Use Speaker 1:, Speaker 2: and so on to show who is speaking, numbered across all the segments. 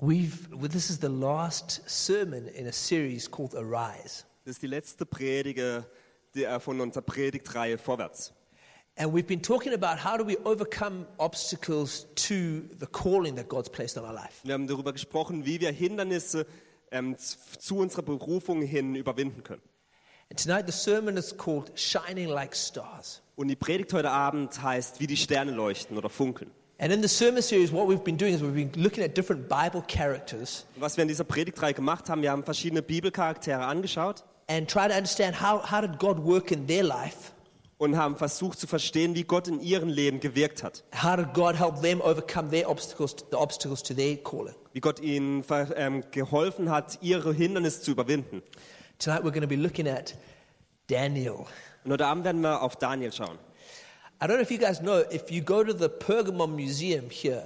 Speaker 1: We've, well, this is the last sermon in a series called Arise.
Speaker 2: Das ist die letzte Predige die, äh, von unserer Predigtreihe Vorwärts.
Speaker 1: And we've been talking about how do we overcome obstacles to the calling that God's placed on our life.
Speaker 2: Wir haben darüber gesprochen, wie wir Hindernisse ähm, z- zu unserer Berufung hin überwinden können.
Speaker 1: And tonight the sermon is called Shining Like Stars.
Speaker 2: Und die Predigt heute Abend heißt, wie die Sterne leuchten oder funkeln.
Speaker 1: And in the sermon series, what we've been doing is we've been looking at different Bible characters
Speaker 2: Und was wir in dieser Predigtreihe gemacht haben, wir haben verschiedene Bibelcharaktere angeschaut
Speaker 1: and trying to understand how, how did God work in their life?
Speaker 2: und haben versucht zu verstehen, wie Gott in ihren Leben gewirkt hat.
Speaker 1: How did God help them overcome their obstacles, the obstacles to their calling?
Speaker 2: Wie Gott ihnen ver- ähm, geholfen hat, ihre Hindernisse zu überwinden.
Speaker 1: Tonight we're going to be looking at Daniel.
Speaker 2: Und heute Abend werden wir auf Daniel schauen.
Speaker 1: I don't know if you guys know, if you go to the Pergamon Museum here,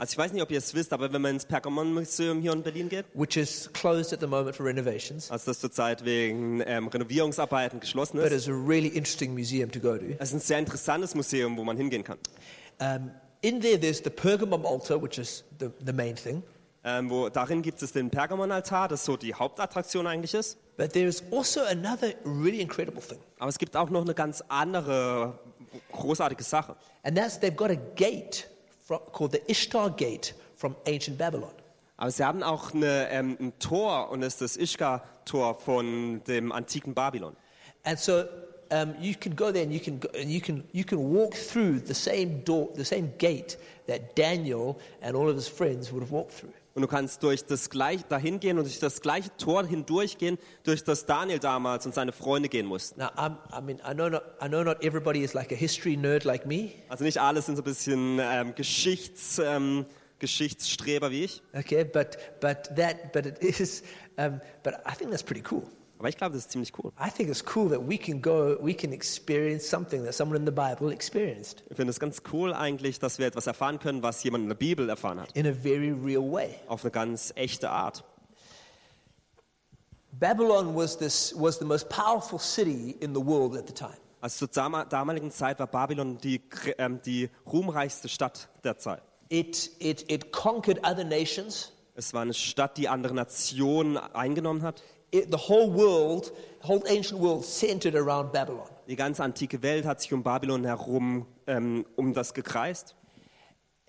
Speaker 2: Also ich weiß nicht, ob ihr es wisst, aber wenn man ins Pergamon-Museum hier in Berlin geht,
Speaker 1: which is closed at the moment for renovations,
Speaker 2: also das zurzeit wegen ähm, Renovierungsarbeiten geschlossen
Speaker 1: but it's
Speaker 2: ist,
Speaker 1: a really interesting museum to go to.
Speaker 2: es ist ein sehr interessantes Museum, wo man hingehen kann.
Speaker 1: Um, in there, there's the Pergamum altar, which is the, the main thing,
Speaker 2: Ähm, wo, darin gibt es den Pergamon-Altar, das so die Hauptattraktion eigentlich ist.
Speaker 1: but there's also another really incredible thing,
Speaker 2: Aber es gibt auch noch eine ganz andere, großartige Sache.
Speaker 1: and that's they've got a gate from, called the Ishtar Gate from ancient Babylon.
Speaker 2: Aber sie haben auch eine, ähm, ein Tor und es ist das Ischgar-Tor von dem antiken Babylon.
Speaker 1: And so um, you can go there and you can, go, and you, can, you can walk through the same door, the same gate that Daniel and all of his friends would have walked through.
Speaker 2: Und du kannst durch das gleiche dahin gehen und durch das gleiche Tor hindurchgehen, durch das Daniel damals und seine Freunde gehen mussten.
Speaker 1: Now, I'm, I mean, I know, not, I know not everybody is like a history nerd like me,
Speaker 2: Also nicht alle sind so ein bisschen ähm, Geschichts, ähm, Geschichtsstreber wie ich,
Speaker 1: okay, but, but, that, but it is, um, but I think that's pretty cool.
Speaker 2: aber ich glaube, das ist ziemlich cool.
Speaker 1: I think it's cool that we can go, we can experience something that someone in the Bible experienced
Speaker 2: Ich finde es ganz cool eigentlich, dass wir etwas erfahren können, was jemand in der Bibel erfahren hat.
Speaker 1: in a very real way.
Speaker 2: Auf eine ganz echte Art.
Speaker 1: Babylon was, this, was the most powerful city in the world at the time.
Speaker 2: Also zur dam- damaligen Zeit war Babylon die, gr- ähm, die ruhmreichste Stadt der Zeit.
Speaker 1: It, it, it conquered other nations.
Speaker 2: Es war eine Stadt, die andere Nationen eingenommen hat.
Speaker 1: It, the whole world, the whole ancient world centered around Babylon.
Speaker 2: Die ganze antike Welt hat sich um Babylon herum, ähm, um das gekreist.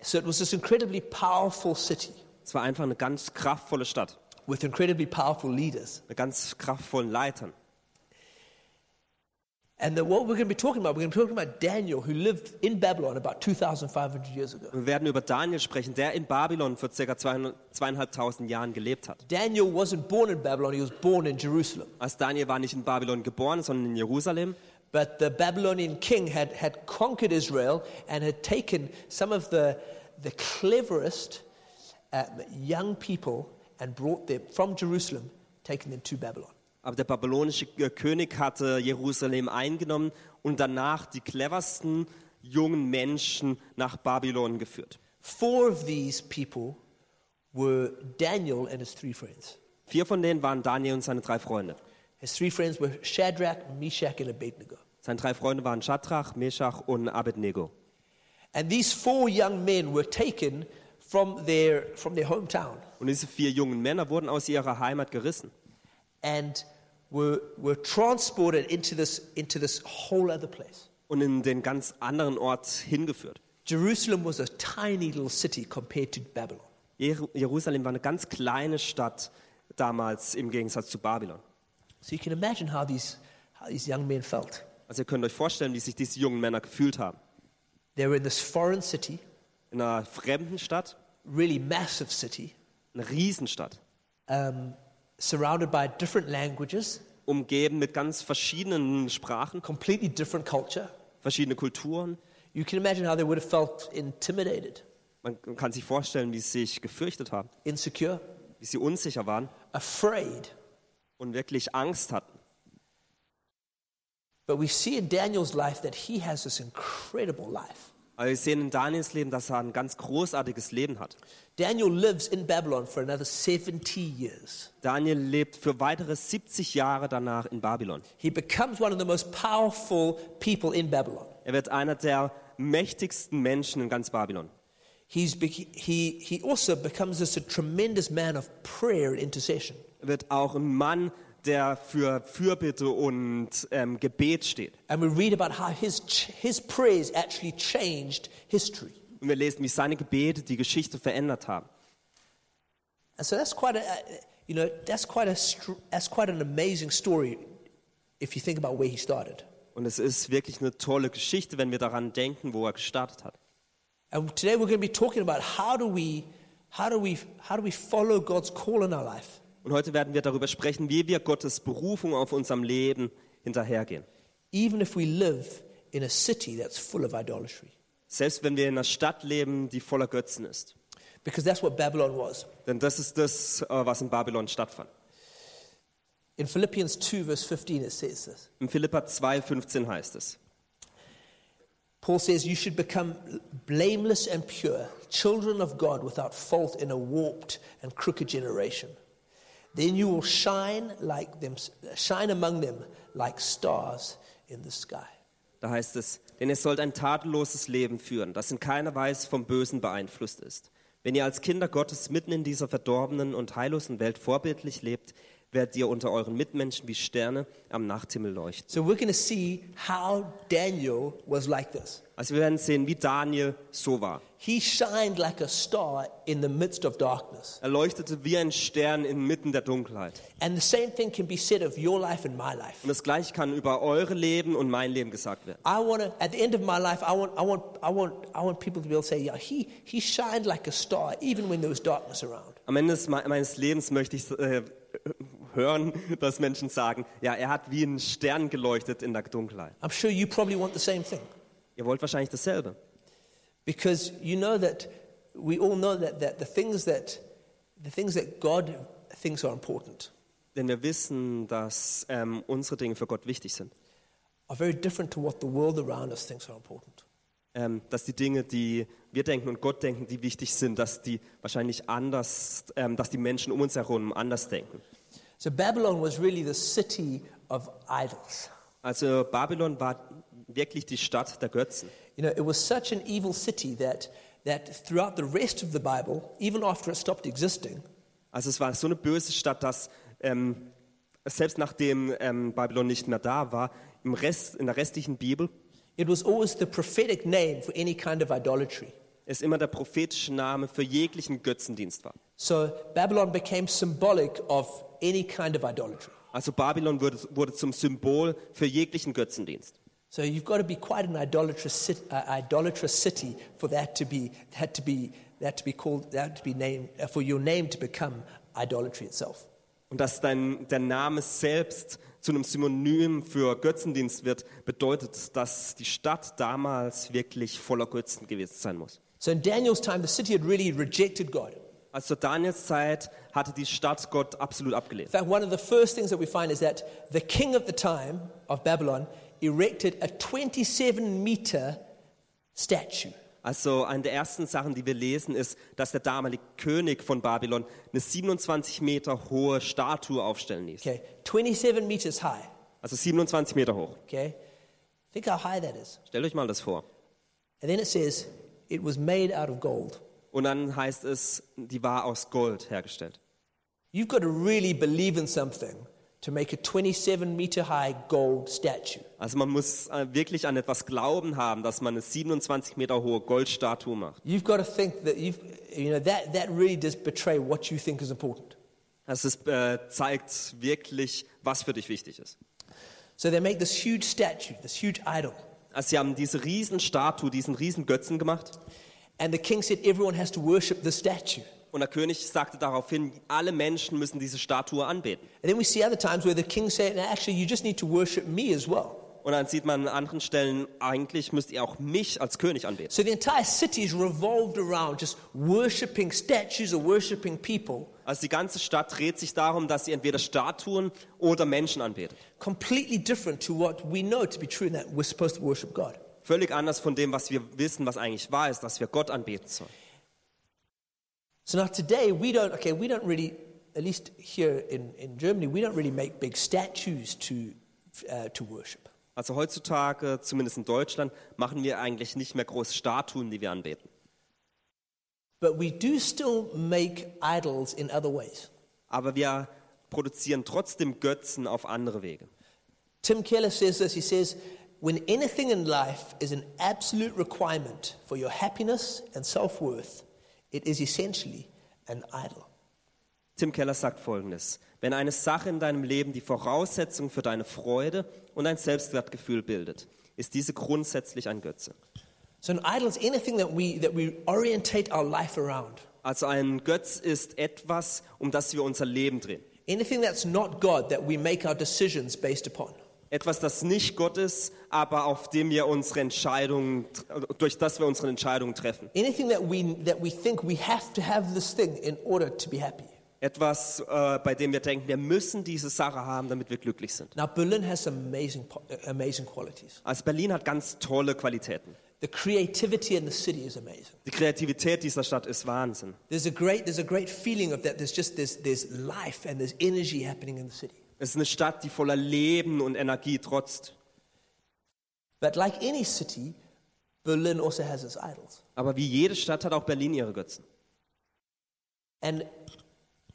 Speaker 1: So it was this incredibly powerful city
Speaker 2: Es war einfach eine ganz kraftvolle Stadt,
Speaker 1: with incredibly powerful leaders.
Speaker 2: mit ganz kraftvollen Leitern.
Speaker 1: And that what we're going to be talking about, we're going to be talking about Daniel, who lived in Babylon about 2,500 years ago.
Speaker 2: Wir werden über Daniel sprechen, der in Babylon vor ca. 2.500 Jahren gelebt hat.
Speaker 1: Daniel wasn't born in Babylon, he was born in Jerusalem.
Speaker 2: Also Daniel war nicht in Babylon geboren, sondern in Jerusalem.
Speaker 1: But the Babylonian king had, had conquered Israel and had taken some of the, the cleverest um, young people and brought them from Jerusalem, taken them to Babylon.
Speaker 2: Aber der babylonische äh, König hatte Jerusalem eingenommen und danach die cleversten jungen Menschen nach Babylon geführt.
Speaker 1: Four of these people were Daniel and his three friends.
Speaker 2: Vier von denen waren Daniel und seine drei Freunde.
Speaker 1: His three friends were Shadrach, Meshach, and Abednego.
Speaker 2: Seine drei Freunde waren Shadrach, Meshach und Abednego.
Speaker 1: And these four young men were taken from their, from their hometown
Speaker 2: Und diese vier jungen Männer wurden aus ihrer Heimat gerissen
Speaker 1: and were, were transported into this, into this whole other place.
Speaker 2: und in den ganz anderen Ort hingeführt.
Speaker 1: Jerusalem was a tiny little city compared to Babylon.
Speaker 2: Jer Jerusalem war eine ganz kleine Stadt damals im Gegensatz zu Babylon.
Speaker 1: So you can imagine how these, how these young men felt.
Speaker 2: Also ihr könnt euch vorstellen, wie sich diese jungen Männer gefühlt haben.
Speaker 1: They were in this foreign city,
Speaker 2: In einer fremden Stadt,
Speaker 1: really massive city,
Speaker 2: eine Riesenstadt,
Speaker 1: um, surrounded by different languages,
Speaker 2: umgeben mit ganz verschiedenen Sprachen,
Speaker 1: completely different culture.
Speaker 2: verschiedene Kulturen.
Speaker 1: You can imagine how they would have felt intimidated,
Speaker 2: Man kann sich vorstellen, wie sie sich gefürchtet haben,
Speaker 1: insecure,
Speaker 2: wie sie unsicher waren
Speaker 1: afraid.
Speaker 2: und wirklich Angst hatten.
Speaker 1: But we see in Daniel's life that he has this incredible life.
Speaker 2: Aber wir sehen in Daniels Leben, dass er ein ganz großartiges Leben hat.
Speaker 1: Daniel lives in Babylon for another 70 years.
Speaker 2: Daniel lebt für weitere 70 Jahre danach in Babylon.
Speaker 1: He becomes one of the most powerful people in Babylon.
Speaker 2: Er wird einer der mächtigsten Menschen in ganz Babylon.
Speaker 1: He's be- he, he also becomes this a tremendous man of prayer and intercession.
Speaker 2: Er wird auch ein Mann, der für Fürbitte und ähm, Gebet steht.
Speaker 1: And we read about how his, ch- his prayers actually changed history.
Speaker 2: Und wir lesen, wie seine Gebete die Geschichte verändert haben.
Speaker 1: And so that's quite a, uh, you know, that's quite, a, str- that's quite an amazing story if you think about where he started.
Speaker 2: Und es ist wirklich eine tolle Geschichte, wenn wir daran denken, wo er gestartet hat.
Speaker 1: And today we're going to be talking about how do we, how do we, how do we follow God's call in our life?
Speaker 2: Und heute werden wir darüber sprechen, wie wir Gottes Berufung auf unserem Leben hinterhergehen.
Speaker 1: even if we live in a city that's full of idolatry.
Speaker 2: Selbst wenn wir in einer Stadt leben, die voller Götzen ist.
Speaker 1: Because that's what Babylon was.
Speaker 2: Denn das ist das, äh, was in Babylon stattfand.
Speaker 1: In Philippians 2, verse 15, it says this
Speaker 2: In Philippa 2,15 heißt es.
Speaker 1: Paul says, You should become blameless and pure, children of God without fault in a warped and crooked generation. Then you will shine, like them, shine among them like stars in the sky.
Speaker 2: Da heißt es, denn ihr sollt ein tadelloses Leben führen, das in keiner Weise vom Bösen beeinflusst ist. Wenn ihr als Kinder Gottes mitten in dieser verdorbenen und heillosen Welt vorbildlich lebt, werdet ihr unter euren Mitmenschen wie Sterne am Nachthimmel leuchten.
Speaker 1: So we're going to see how Daniel was like this.
Speaker 2: Also wir werden sehen, wie Daniel so war.
Speaker 1: He shined like a star in the midst of darkness.
Speaker 2: Er leuchtete wie ein Stern inmitten der Dunkelheit.
Speaker 1: And the same thing can be said of your life and my life.
Speaker 2: Und das Gleiche kann über eure Leben und mein Leben gesagt werden.
Speaker 1: I want to, at the end of my life, I want, I want, I want, I want people to be able to say, yeah, he, he shined like a star even when there was darkness around.
Speaker 2: Am Ende des- me- meines Lebens möchte ich äh, hören, dass Menschen sagen, ja, er hat wie ein Stern geleuchtet in der Dunkelheit.
Speaker 1: I'm sure you probably want the same thing
Speaker 2: Ihr wollt wahrscheinlich dasselbe.
Speaker 1: because you know that we all know that, that the things that the things that God thinks are important
Speaker 2: Denn wir wissen, dass ähm, unsere Dinge für Gott wichtig sind.
Speaker 1: are very different to what the world around us thinks are important.
Speaker 2: Ähm, dass die Dinge, die wir denken und Gott denken, die wichtig sind, dass die wahrscheinlich anders, ähm, dass die Menschen um uns herum anders denken.
Speaker 1: So Babylon was really the city of idols.
Speaker 2: Also Babylon war wirklich die Stadt der Götzen.
Speaker 1: You know, it was such an evil city that, that throughout the rest of the Bible, even after it stopped existing,
Speaker 2: Also es war so eine böse Stadt, dass ähm, selbst nachdem ähm, Babylon nicht mehr da war, im Rest, in der restlichen Bibel
Speaker 1: it was always the prophetic name for any kind of idolatry.
Speaker 2: es immer der prophetische Name für jeglichen Götzendienst war.
Speaker 1: So Babylon became symbolic of any kind of idolatry.
Speaker 2: Also Babylon wurde, wurde zum Symbol für jeglichen Götzendienst.
Speaker 1: So you've got to be quite an idolatrous, cit- uh, idolatrous city for that to be, that to be, that to be called, that to be named, uh, for your name to become idolatry itself.
Speaker 2: Und dass dein, der Name selbst zu einem Synonym für Götzendienst wird, bedeutet, dass die Stadt damals wirklich voller Götzen gewesen sein muss.
Speaker 1: So in Daniel's time, the city had really rejected God.
Speaker 2: Also zur Daniels Zeit hatte die Stadt Gott absolut
Speaker 1: In
Speaker 2: abgelehnt.
Speaker 1: fact, one of the first things that we find is that the king of the time of Babylon erected a 27 meter statue.
Speaker 2: Also eine der ersten Sachen, die wir lesen, ist, dass der damalige König von Babylon eine 27 Meter hohe Statue aufstellen ließ.
Speaker 1: Okay, 27 meters high.
Speaker 2: Also 27 Meter hoch.
Speaker 1: Okay, think how high that is.
Speaker 2: Stellt euch mal das vor.
Speaker 1: And then it says it was made out of gold.
Speaker 2: Und dann heißt es, die war aus Gold hergestellt.
Speaker 1: You've got to really believe in something to make a 27 meter high gold statue.
Speaker 2: Also man muss äh, wirklich an etwas Glauben haben, dass man eine 27 Meter hohe Goldstatue macht.
Speaker 1: You've got to think that you've, you know, that, that really does betray what you think is important.
Speaker 2: Das ist, äh, zeigt wirklich, was für dich wichtig ist.
Speaker 1: So they make this huge statue, this huge idol.
Speaker 2: Also sie haben diese Riesenstatue, diesen Riesengötzen gemacht.
Speaker 1: And the king said everyone has to worship this statue.
Speaker 2: Und der König sagte daraufhin, alle Menschen müssen diese Statue anbeten.
Speaker 1: And then we see other times where the king said, "No, actually, you just need to worship me as well.
Speaker 2: Und dann sieht man an anderen Stellen, eigentlich müsst ihr auch mich als König anbeten.
Speaker 1: So the entire city is revolved around just worshiping statues or worshiping people,
Speaker 2: Also die ganze Stadt dreht sich darum, dass ihr entweder Statuen oder Menschen anbetet.
Speaker 1: completely different to what we know to be true in that we're supposed to worship God.
Speaker 2: Völlig anders von dem, was wir wissen, was eigentlich wahr ist, dass wir Gott anbeten sollen.
Speaker 1: So now today, we don't, okay, we don't really, at least here in, in Germany, we don't really make big statues to, uh, to worship.
Speaker 2: Also heutzutage, zumindest in Deutschland, machen wir eigentlich nicht mehr große Statuen, die wir anbeten.
Speaker 1: But we do still make idols in other ways.
Speaker 2: Aber wir produzieren trotzdem Götzen auf andere Wege.
Speaker 1: Tim Keller says this he says, when anything in life is an absolute requirement for your happiness and self worth, it is essentially an idol.
Speaker 2: Tim Keller sagt folgendes: Wenn eine Sache in deinem Leben die Voraussetzung für deine Freude und dein Selbstwertgefühl bildet, ist diese grundsätzlich ein Götze.
Speaker 1: So an idol is anything that we, that we orientate our life around.
Speaker 2: Also ein Götz ist etwas, um das wir unser Leben drehen.
Speaker 1: Anything that's not God that we make our decisions based upon.
Speaker 2: Etwas, das nicht Gott ist, aber auf dem wir unsere Entscheidungen, durch das wir unsere Entscheidungen treffen.
Speaker 1: Anything that we, that we think we have to have this thing in order to be happy.
Speaker 2: Etwas, äh, bei dem wir denken, wir müssen diese Sache haben, damit wir glücklich sind.
Speaker 1: Now, Berlin has some amazing, po- uh, amazing qualities.
Speaker 2: Also Berlin hat ganz tolle Qualitäten.
Speaker 1: The creativity in the city is amazing.
Speaker 2: Die Kreativität dieser Stadt ist Wahnsinn.
Speaker 1: There's a great, there's a great feeling of that. There's just this, there's life and there's energy happening in the city.
Speaker 2: Es ist eine Stadt, die voller Leben und Energie trotzt.
Speaker 1: But like any city, Berlin also has its idols.
Speaker 2: Aber wie jede Stadt hat auch Berlin ihre Götzen.
Speaker 1: And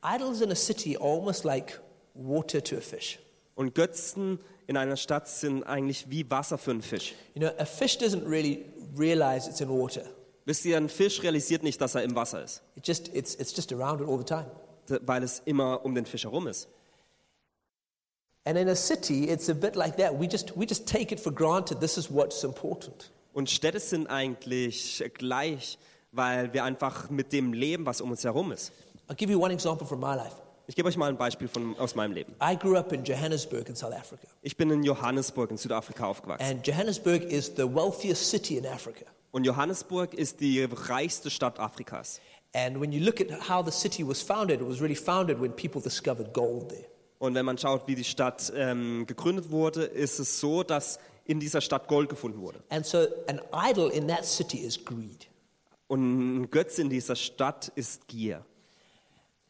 Speaker 1: idols in a city are almost like water to a fish.
Speaker 2: Und Götzen in einer Stadt sind eigentlich wie Wasser für einen Fisch.
Speaker 1: You know, a fish doesn't really realize it's in water.
Speaker 2: Wisst ihr, ein Fisch realisiert nicht, dass er im Wasser ist,
Speaker 1: It just, it's, it's just around it all the time.
Speaker 2: d- weil es immer um den Fisch herum ist.
Speaker 1: And in a city, it's a bit like that. We just, we just take it for granted. This is what's important.
Speaker 2: Und Städte sind eigentlich gleich, weil wir einfach mit dem leben, was um uns herum ist.
Speaker 1: I'll give you one example from my life.
Speaker 2: Ich gebe euch mal ein Beispiel von, aus meinem Leben.
Speaker 1: I grew up in Johannesburg in South Africa.
Speaker 2: Ich bin in Johannesburg in Südafrika aufgewachsen.
Speaker 1: And Johannesburg is the wealthiest city in Africa.
Speaker 2: Und Johannesburg ist die reichste Stadt Afrikas.
Speaker 1: And when you look at how the city was founded, it was really founded when people discovered gold there.
Speaker 2: Und wenn man schaut, wie die Stadt ähm, gegründet wurde, ist es so, dass in dieser Stadt Gold gefunden wurde.
Speaker 1: And so an idol in that city is greed.
Speaker 2: Und ein Götze in dieser Stadt ist Gier.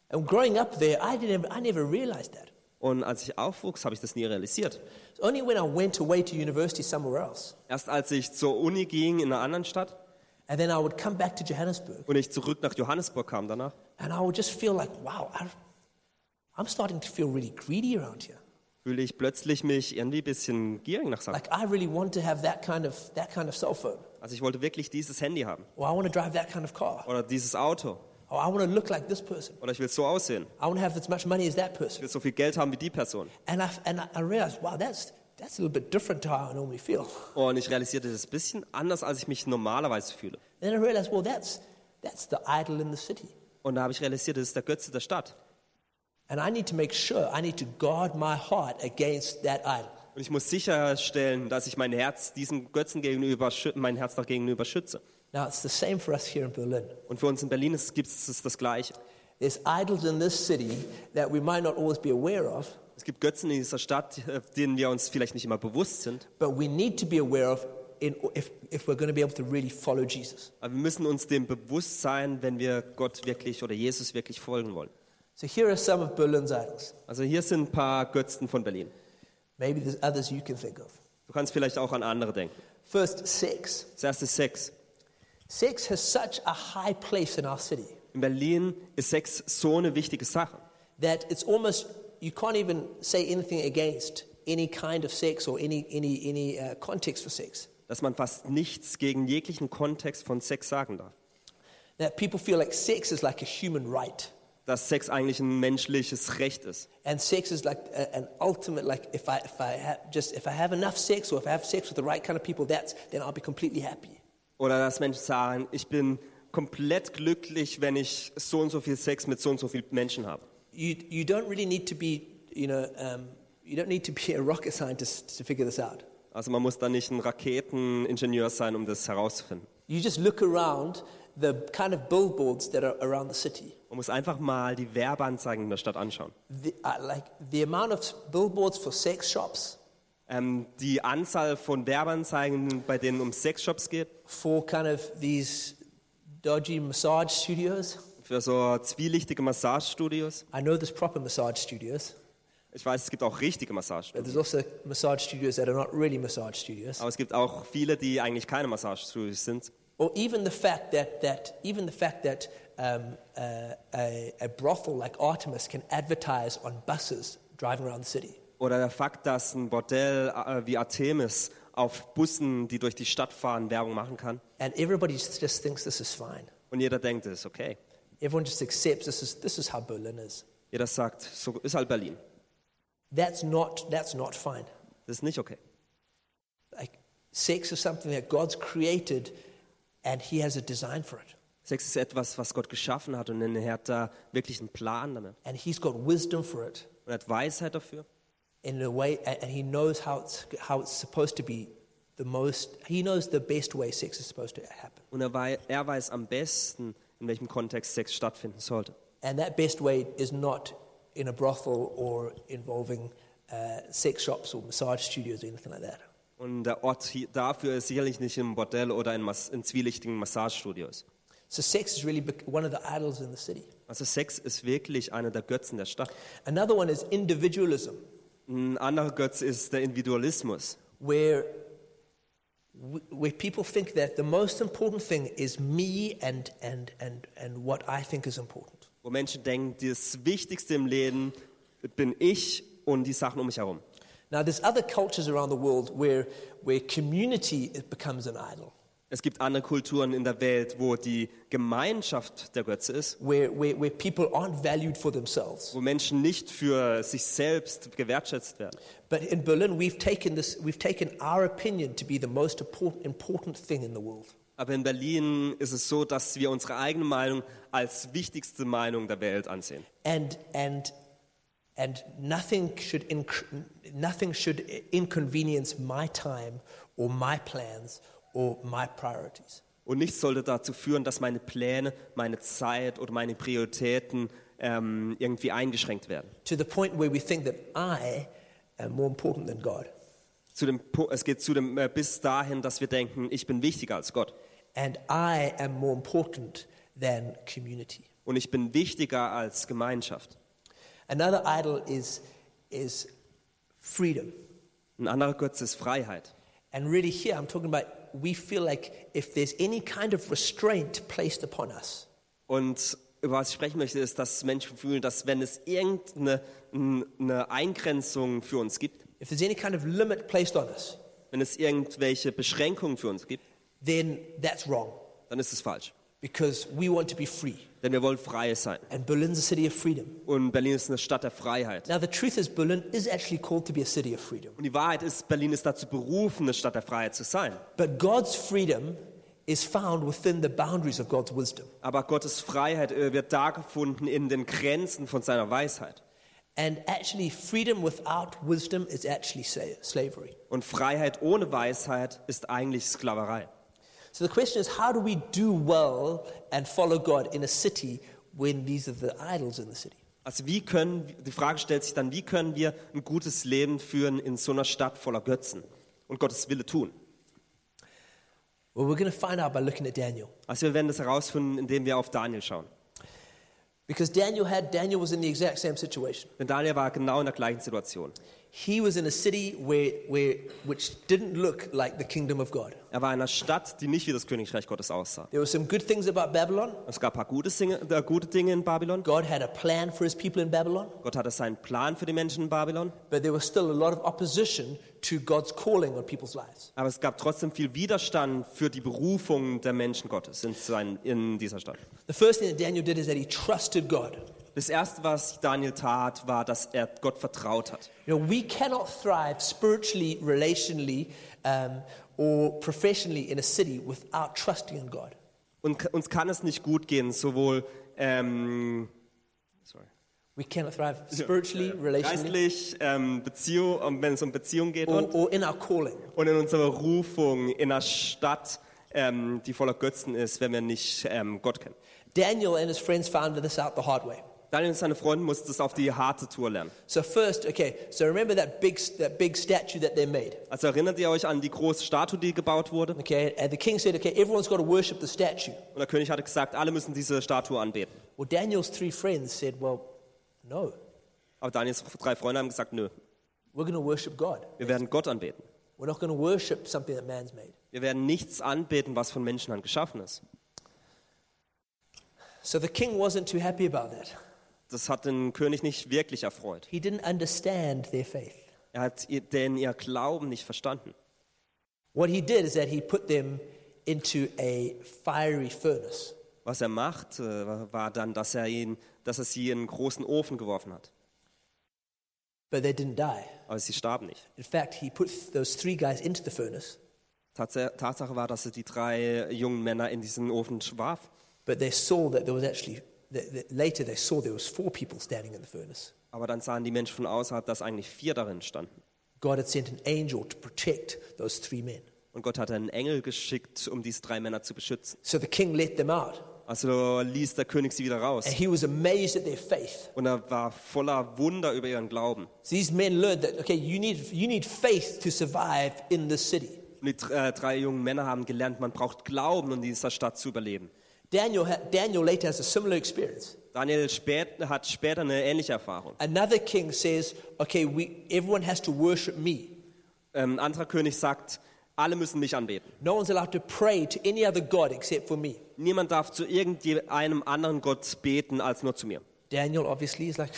Speaker 1: And growing up there, I, didn't, I never realized that.
Speaker 2: Und als ich aufwuchs, habe ich das nie realisiert.
Speaker 1: It's only when I went away to university somewhere else,
Speaker 2: Erst als ich zur Uni ging in einer anderen Stadt
Speaker 1: and then I would come back to Johannesburg,
Speaker 2: und ich zurück nach Johannesburg kam danach,
Speaker 1: and I would just feel like, wow, I, I'm starting to feel really greedy around here.
Speaker 2: fühle ich plötzlich mich irgendwie ein bisschen gierig nach Sachen.
Speaker 1: Like I really want to have that kind of, that kind of cell phone,
Speaker 2: Also ich wollte wirklich dieses Handy haben
Speaker 1: or I want to drive that kind of car,
Speaker 2: oder dieses Auto
Speaker 1: or I want to look like this person,
Speaker 2: oder ich will so aussehen,
Speaker 1: I want to have as much money as that person.
Speaker 2: ich will so viel Geld haben wie die Person.
Speaker 1: And I, and I realized, wow, that's, that's a little bit different to how I normally feel.
Speaker 2: Und ich realisierte, das ist ein bisschen anders, als ich mich normalerweise fühle.
Speaker 1: Then I realized, well, that's, that's the idol in the city.
Speaker 2: Und da habe ich realisiert, das ist der Götze der Stadt.
Speaker 1: And I need to make sure, I need to guard my heart against that idol.
Speaker 2: Und ich muss sicherstellen, dass ich mein Herz diesem Götzen gegenüber, schü- mein Herz noch gegenüber schütze.
Speaker 1: Now, it's the same for us here in Berlin.
Speaker 2: Und für uns in Berlin ist, gibt es das Gleiche.
Speaker 1: There's idols in this city that we might not always be aware of,
Speaker 2: Es gibt Götzen in dieser Stadt, äh, denen wir uns vielleicht nicht immer bewusst sind,
Speaker 1: but we need to be aware of in, if, if we're going to be able to really follow Jesus.
Speaker 2: aber wir müssen uns dem bewusst sein, wenn wir Gott wirklich oder Jesus wirklich folgen wollen.
Speaker 1: So here are some of Berlin's idols.
Speaker 2: Also hier sind ein paar Götzen von Berlin.
Speaker 1: Maybe there's others you can think of.
Speaker 2: Du kannst vielleicht auch an andere denken.
Speaker 1: First, sex.
Speaker 2: Das erste ist Sex.
Speaker 1: Sex has such a high place in our city.
Speaker 2: In Berlin ist Sex so eine wichtige Sache,
Speaker 1: that it's almost you can't even say anything against any kind of sex or any any any uh, context for sex.
Speaker 2: dass man fast nichts gegen jeglichen Kontext von Sex sagen darf.
Speaker 1: That people feel like sex is like a human right,
Speaker 2: Dass Sex eigentlich ein menschliches Recht ist.
Speaker 1: and sex is like a, an ultimate like if I if I ha- just if I have enough sex or if I have sex with the right kind of people, that's then I'll be completely happy.
Speaker 2: Oder dass Menschen sagen, ich bin komplett glücklich, wenn ich so und so viel Sex mit so und so vielen Menschen habe.
Speaker 1: You you don't really need to be you know um, you don't need to be a rocket scientist to figure this out.
Speaker 2: Also man muss da nicht ein Raketeningenieur sein, um das herauszufinden.
Speaker 1: You just look around the kind of billboards that are around the city.
Speaker 2: Man muss einfach mal die Werbeanzeigen in der Stadt anschauen.
Speaker 1: the, uh, like the amount of billboards for sex shops,
Speaker 2: Ähm, die Anzahl von Werbeanzeigen, bei denen um Sexshops geht,
Speaker 1: for kind of these dodgy massage studios.
Speaker 2: für so zwielichtige Massagestudios.
Speaker 1: I know there's proper massage studios,
Speaker 2: Ich weiß, es gibt auch richtige
Speaker 1: but
Speaker 2: Massagestudios.
Speaker 1: there's also massage studios that are not really massage studios.
Speaker 2: Oh. Aber es gibt auch viele, die eigentlich keine Massagestudios sind.
Speaker 1: or even the fact that, that even the fact that um, uh, a, a brothel like Artemis can advertise on buses driving around the city.
Speaker 2: Oder der Fakt, dass ein Bordell äh, wie Artemis auf Bussen, die durch die Stadt fahren, Werbung machen kann.
Speaker 1: And everybody just just thinks this is fine.
Speaker 2: Und jeder denkt, es ist okay.
Speaker 1: Everyone just accepts this is, this is how Berlin is.
Speaker 2: Jeder sagt, so ist halt Berlin.
Speaker 1: That's not, that's not fine.
Speaker 2: Das ist nicht okay.
Speaker 1: Like, sex is something that God's created and He has a design for it.
Speaker 2: Sex ist etwas, was Gott geschaffen hat und er hat da wirklich einen Plan damit.
Speaker 1: And He's got wisdom for it
Speaker 2: Und er hat Weisheit dafür.
Speaker 1: in a way, and and He knows how it's, how it's supposed to be the most, He knows the best way sex is supposed to happen.
Speaker 2: Und er wei- er weiß am besten, in welchem Kontext Sex stattfinden sollte.
Speaker 1: And that best way is not in a brothel or involving uh, sex shops or massage studios or anything like that.
Speaker 2: Und der Ort hi- dafür ist sicherlich nicht im Bordell oder in, Mas in zwielichtigen Massagestudios.
Speaker 1: So sex is really bec- one of the idols in the city.
Speaker 2: Also Sex ist wirklich einer der Götzen der Stadt.
Speaker 1: Another one is individualism,
Speaker 2: Ein anderer Götz ist der Individualismus,
Speaker 1: where, wh- where people think that the most important thing is me and, and, and, and what I think is important.
Speaker 2: wo Menschen denken, das Wichtigste im Leben bin ich und die Sachen um mich herum.
Speaker 1: Now, there's other cultures around the world where, where community it becomes an idol,
Speaker 2: Es gibt andere Kulturen in der Welt, wo die Gemeinschaft der Götze ist,
Speaker 1: where, where, where people aren't valued for themselves.
Speaker 2: wo Menschen nicht für sich selbst gewertschätzt werden.
Speaker 1: But in Berlin, we've taken, this, we've taken our opinion to be the most import- important thing in the world.
Speaker 2: Aber in Berlin ist es so, dass wir unsere eigene Meinung als wichtigste Meinung der Welt ansehen.
Speaker 1: And, and, and nothing, should inc- nothing should inconvenience my time or my plans or my priorities.
Speaker 2: Und nichts sollte dazu führen, dass meine Pläne, meine Zeit oder meine Prioritäten ähm, irgendwie eingeschränkt werden.
Speaker 1: To the point where we think that I am more important than God.
Speaker 2: Zu dem, Pu- es geht zu dem, äh, bis dahin, dass wir denken, ich bin wichtiger als Gott
Speaker 1: And I am more important than community.
Speaker 2: und ich bin wichtiger als Gemeinschaft.
Speaker 1: Another idol is, is freedom.
Speaker 2: Ein anderer Götze ist Freiheit.
Speaker 1: And really, here I'm talking about we feel like if there's any kind of restraint placed upon us,
Speaker 2: Und über was ich sprechen möchte, ist, dass Menschen fühlen, dass wenn es irgendeine n- eine Eingrenzung für uns gibt,
Speaker 1: if there's any kind of limit placed on us,
Speaker 2: wenn es irgendwelche Beschränkungen für uns gibt,
Speaker 1: then that's wrong
Speaker 2: dann ist es falsch.
Speaker 1: because we want to be free.
Speaker 2: Denn wir wollen frei sein.
Speaker 1: And Berlin's a city of freedom.
Speaker 2: Und Berlin ist eine Stadt der Freiheit.
Speaker 1: Now, the truth is, Berlin is actually called to be a city of freedom.
Speaker 2: Und die Wahrheit ist, Berlin ist dazu berufen, eine Stadt der Freiheit zu sein.
Speaker 1: But God's freedom is found within the boundaries of God's wisdom.
Speaker 2: Aber Gottes Freiheit äh, wird da gefunden in den Grenzen von seiner Weisheit.
Speaker 1: And actually, freedom without wisdom is actually sa- slavery.
Speaker 2: Und Freiheit ohne Weisheit ist eigentlich Sklaverei.
Speaker 1: So the question is, how do we do well and follow God in a city when these are the idols in the city?
Speaker 2: Also wie können, die Frage stellt sich dann, wie können wir ein gutes Leben führen in so einer Stadt voller Götzen und Gottes Wille tun?
Speaker 1: Well, we're going to find out by looking at Daniel.
Speaker 2: Also wir werden das herausfinden, indem wir auf Daniel schauen.
Speaker 1: Because Daniel had Daniel was in the exact same situation.
Speaker 2: Denn Daniel war genau in der gleichen Situation.
Speaker 1: He was in a city where, where, which didn't look like the kingdom of God.
Speaker 2: Er war in einer Stadt, die nicht wie das Königreich Gottes aussah.
Speaker 1: There were some good things about Babylon.
Speaker 2: Es gab ein paar gute, Singe, äh, gute Dinge in Babylon.
Speaker 1: God had a plan for his people in Babylon,
Speaker 2: Gott hatte seinen Plan für die Menschen in Babylon,
Speaker 1: but there was still a lot of opposition to God's calling on people's lives.
Speaker 2: aber es gab trotzdem viel Widerstand für die Berufung der Menschen Gottes in, sein, in dieser Stadt.
Speaker 1: The first thing that Daniel did is that he trusted God.
Speaker 2: Das erste, was Daniel tat, war, dass er Gott vertraut hat.
Speaker 1: You know, we cannot thrive spiritually, relationally, um, or professionally in a city without trusting in God.
Speaker 2: Und k- uns kann es nicht gut gehen, sowohl ähm, sorry,
Speaker 1: We cannot thrive spiritually, relationally,
Speaker 2: geistlich, ähm, Beziehung, um, wenn es um Beziehung geht
Speaker 1: or,
Speaker 2: und,
Speaker 1: or in our calling.
Speaker 2: und in unserer Berufung in einer Stadt, ähm, die voller Götzen ist, wenn wir nicht ähm, Gott kennen.
Speaker 1: Daniel and his friends found this out the hard way.
Speaker 2: Daniel und seine Freunde mussten es auf die harte Tour lernen.
Speaker 1: So first, okay, so remember that big, that big statue that they made.
Speaker 2: Also erinnert ihr euch an die große Statue, die gebaut wurde?
Speaker 1: Okay, and the king said, okay, everyone's got to worship the statue.
Speaker 2: Und der König hatte gesagt, alle müssen diese Statue anbeten.
Speaker 1: Well, Daniel's three friends said, well, no,
Speaker 2: Aber Daniels drei Freunde haben gesagt, nö,
Speaker 1: we're going to worship God.
Speaker 2: wir werden Gott anbeten.
Speaker 1: We're not going to worship something that man's made.
Speaker 2: Wir Wir werden nichts anbeten, was von Menschenhand geschaffen ist.
Speaker 1: So the king wasn't too happy about that.
Speaker 2: Das hat den König nicht wirklich erfreut.
Speaker 1: He didn't understand their faith.
Speaker 2: Er hat ihr- denn ihr Glauben nicht verstanden.
Speaker 1: What he did is that he put them into a fiery furnace.
Speaker 2: Was er machte, war dann, dass er, ihn, dass er sie in einen großen Ofen geworfen hat.
Speaker 1: But they didn't die.
Speaker 2: Aber sie starben nicht.
Speaker 1: In fact, he put those three guys into the furnace,
Speaker 2: Tatsa- Tatsache war, dass er die drei jungen Männer in diesen Ofen warf.
Speaker 1: but they saw that there was actually, that, that later they saw there was four people standing in the furnace.
Speaker 2: Aber dann sahen die Menschen von außerhalb, dass eigentlich vier darin standen.
Speaker 1: God had sent an angel to protect those three men.
Speaker 2: Und Gott hat einen Engel geschickt, um diese drei Männer zu beschützen.
Speaker 1: So the king let them out,
Speaker 2: Also ließ der König sie wieder raus.
Speaker 1: and he was amazed at their faith.
Speaker 2: Und er war voller Wunder über ihren Glauben.
Speaker 1: So these men learned that, okay, you need, you need faith to survive in this city.
Speaker 2: Und die dr- äh, drei jungen Männer haben gelernt, man braucht Glauben, um in dieser Stadt zu überleben.
Speaker 1: Daniel, ha- Daniel later has a similar experience.
Speaker 2: Daniel spät, hat später eine ähnliche Erfahrung.
Speaker 1: Another king says, okay, we, everyone has to worship me.
Speaker 2: Ähm, Ein anderer König sagt, alle müssen mich anbeten.
Speaker 1: No one's allowed to pray to any other God except for me.
Speaker 2: Niemand darf zu irgendeinem anderen Gott beten als nur zu mir.
Speaker 1: Daniel obviously is like,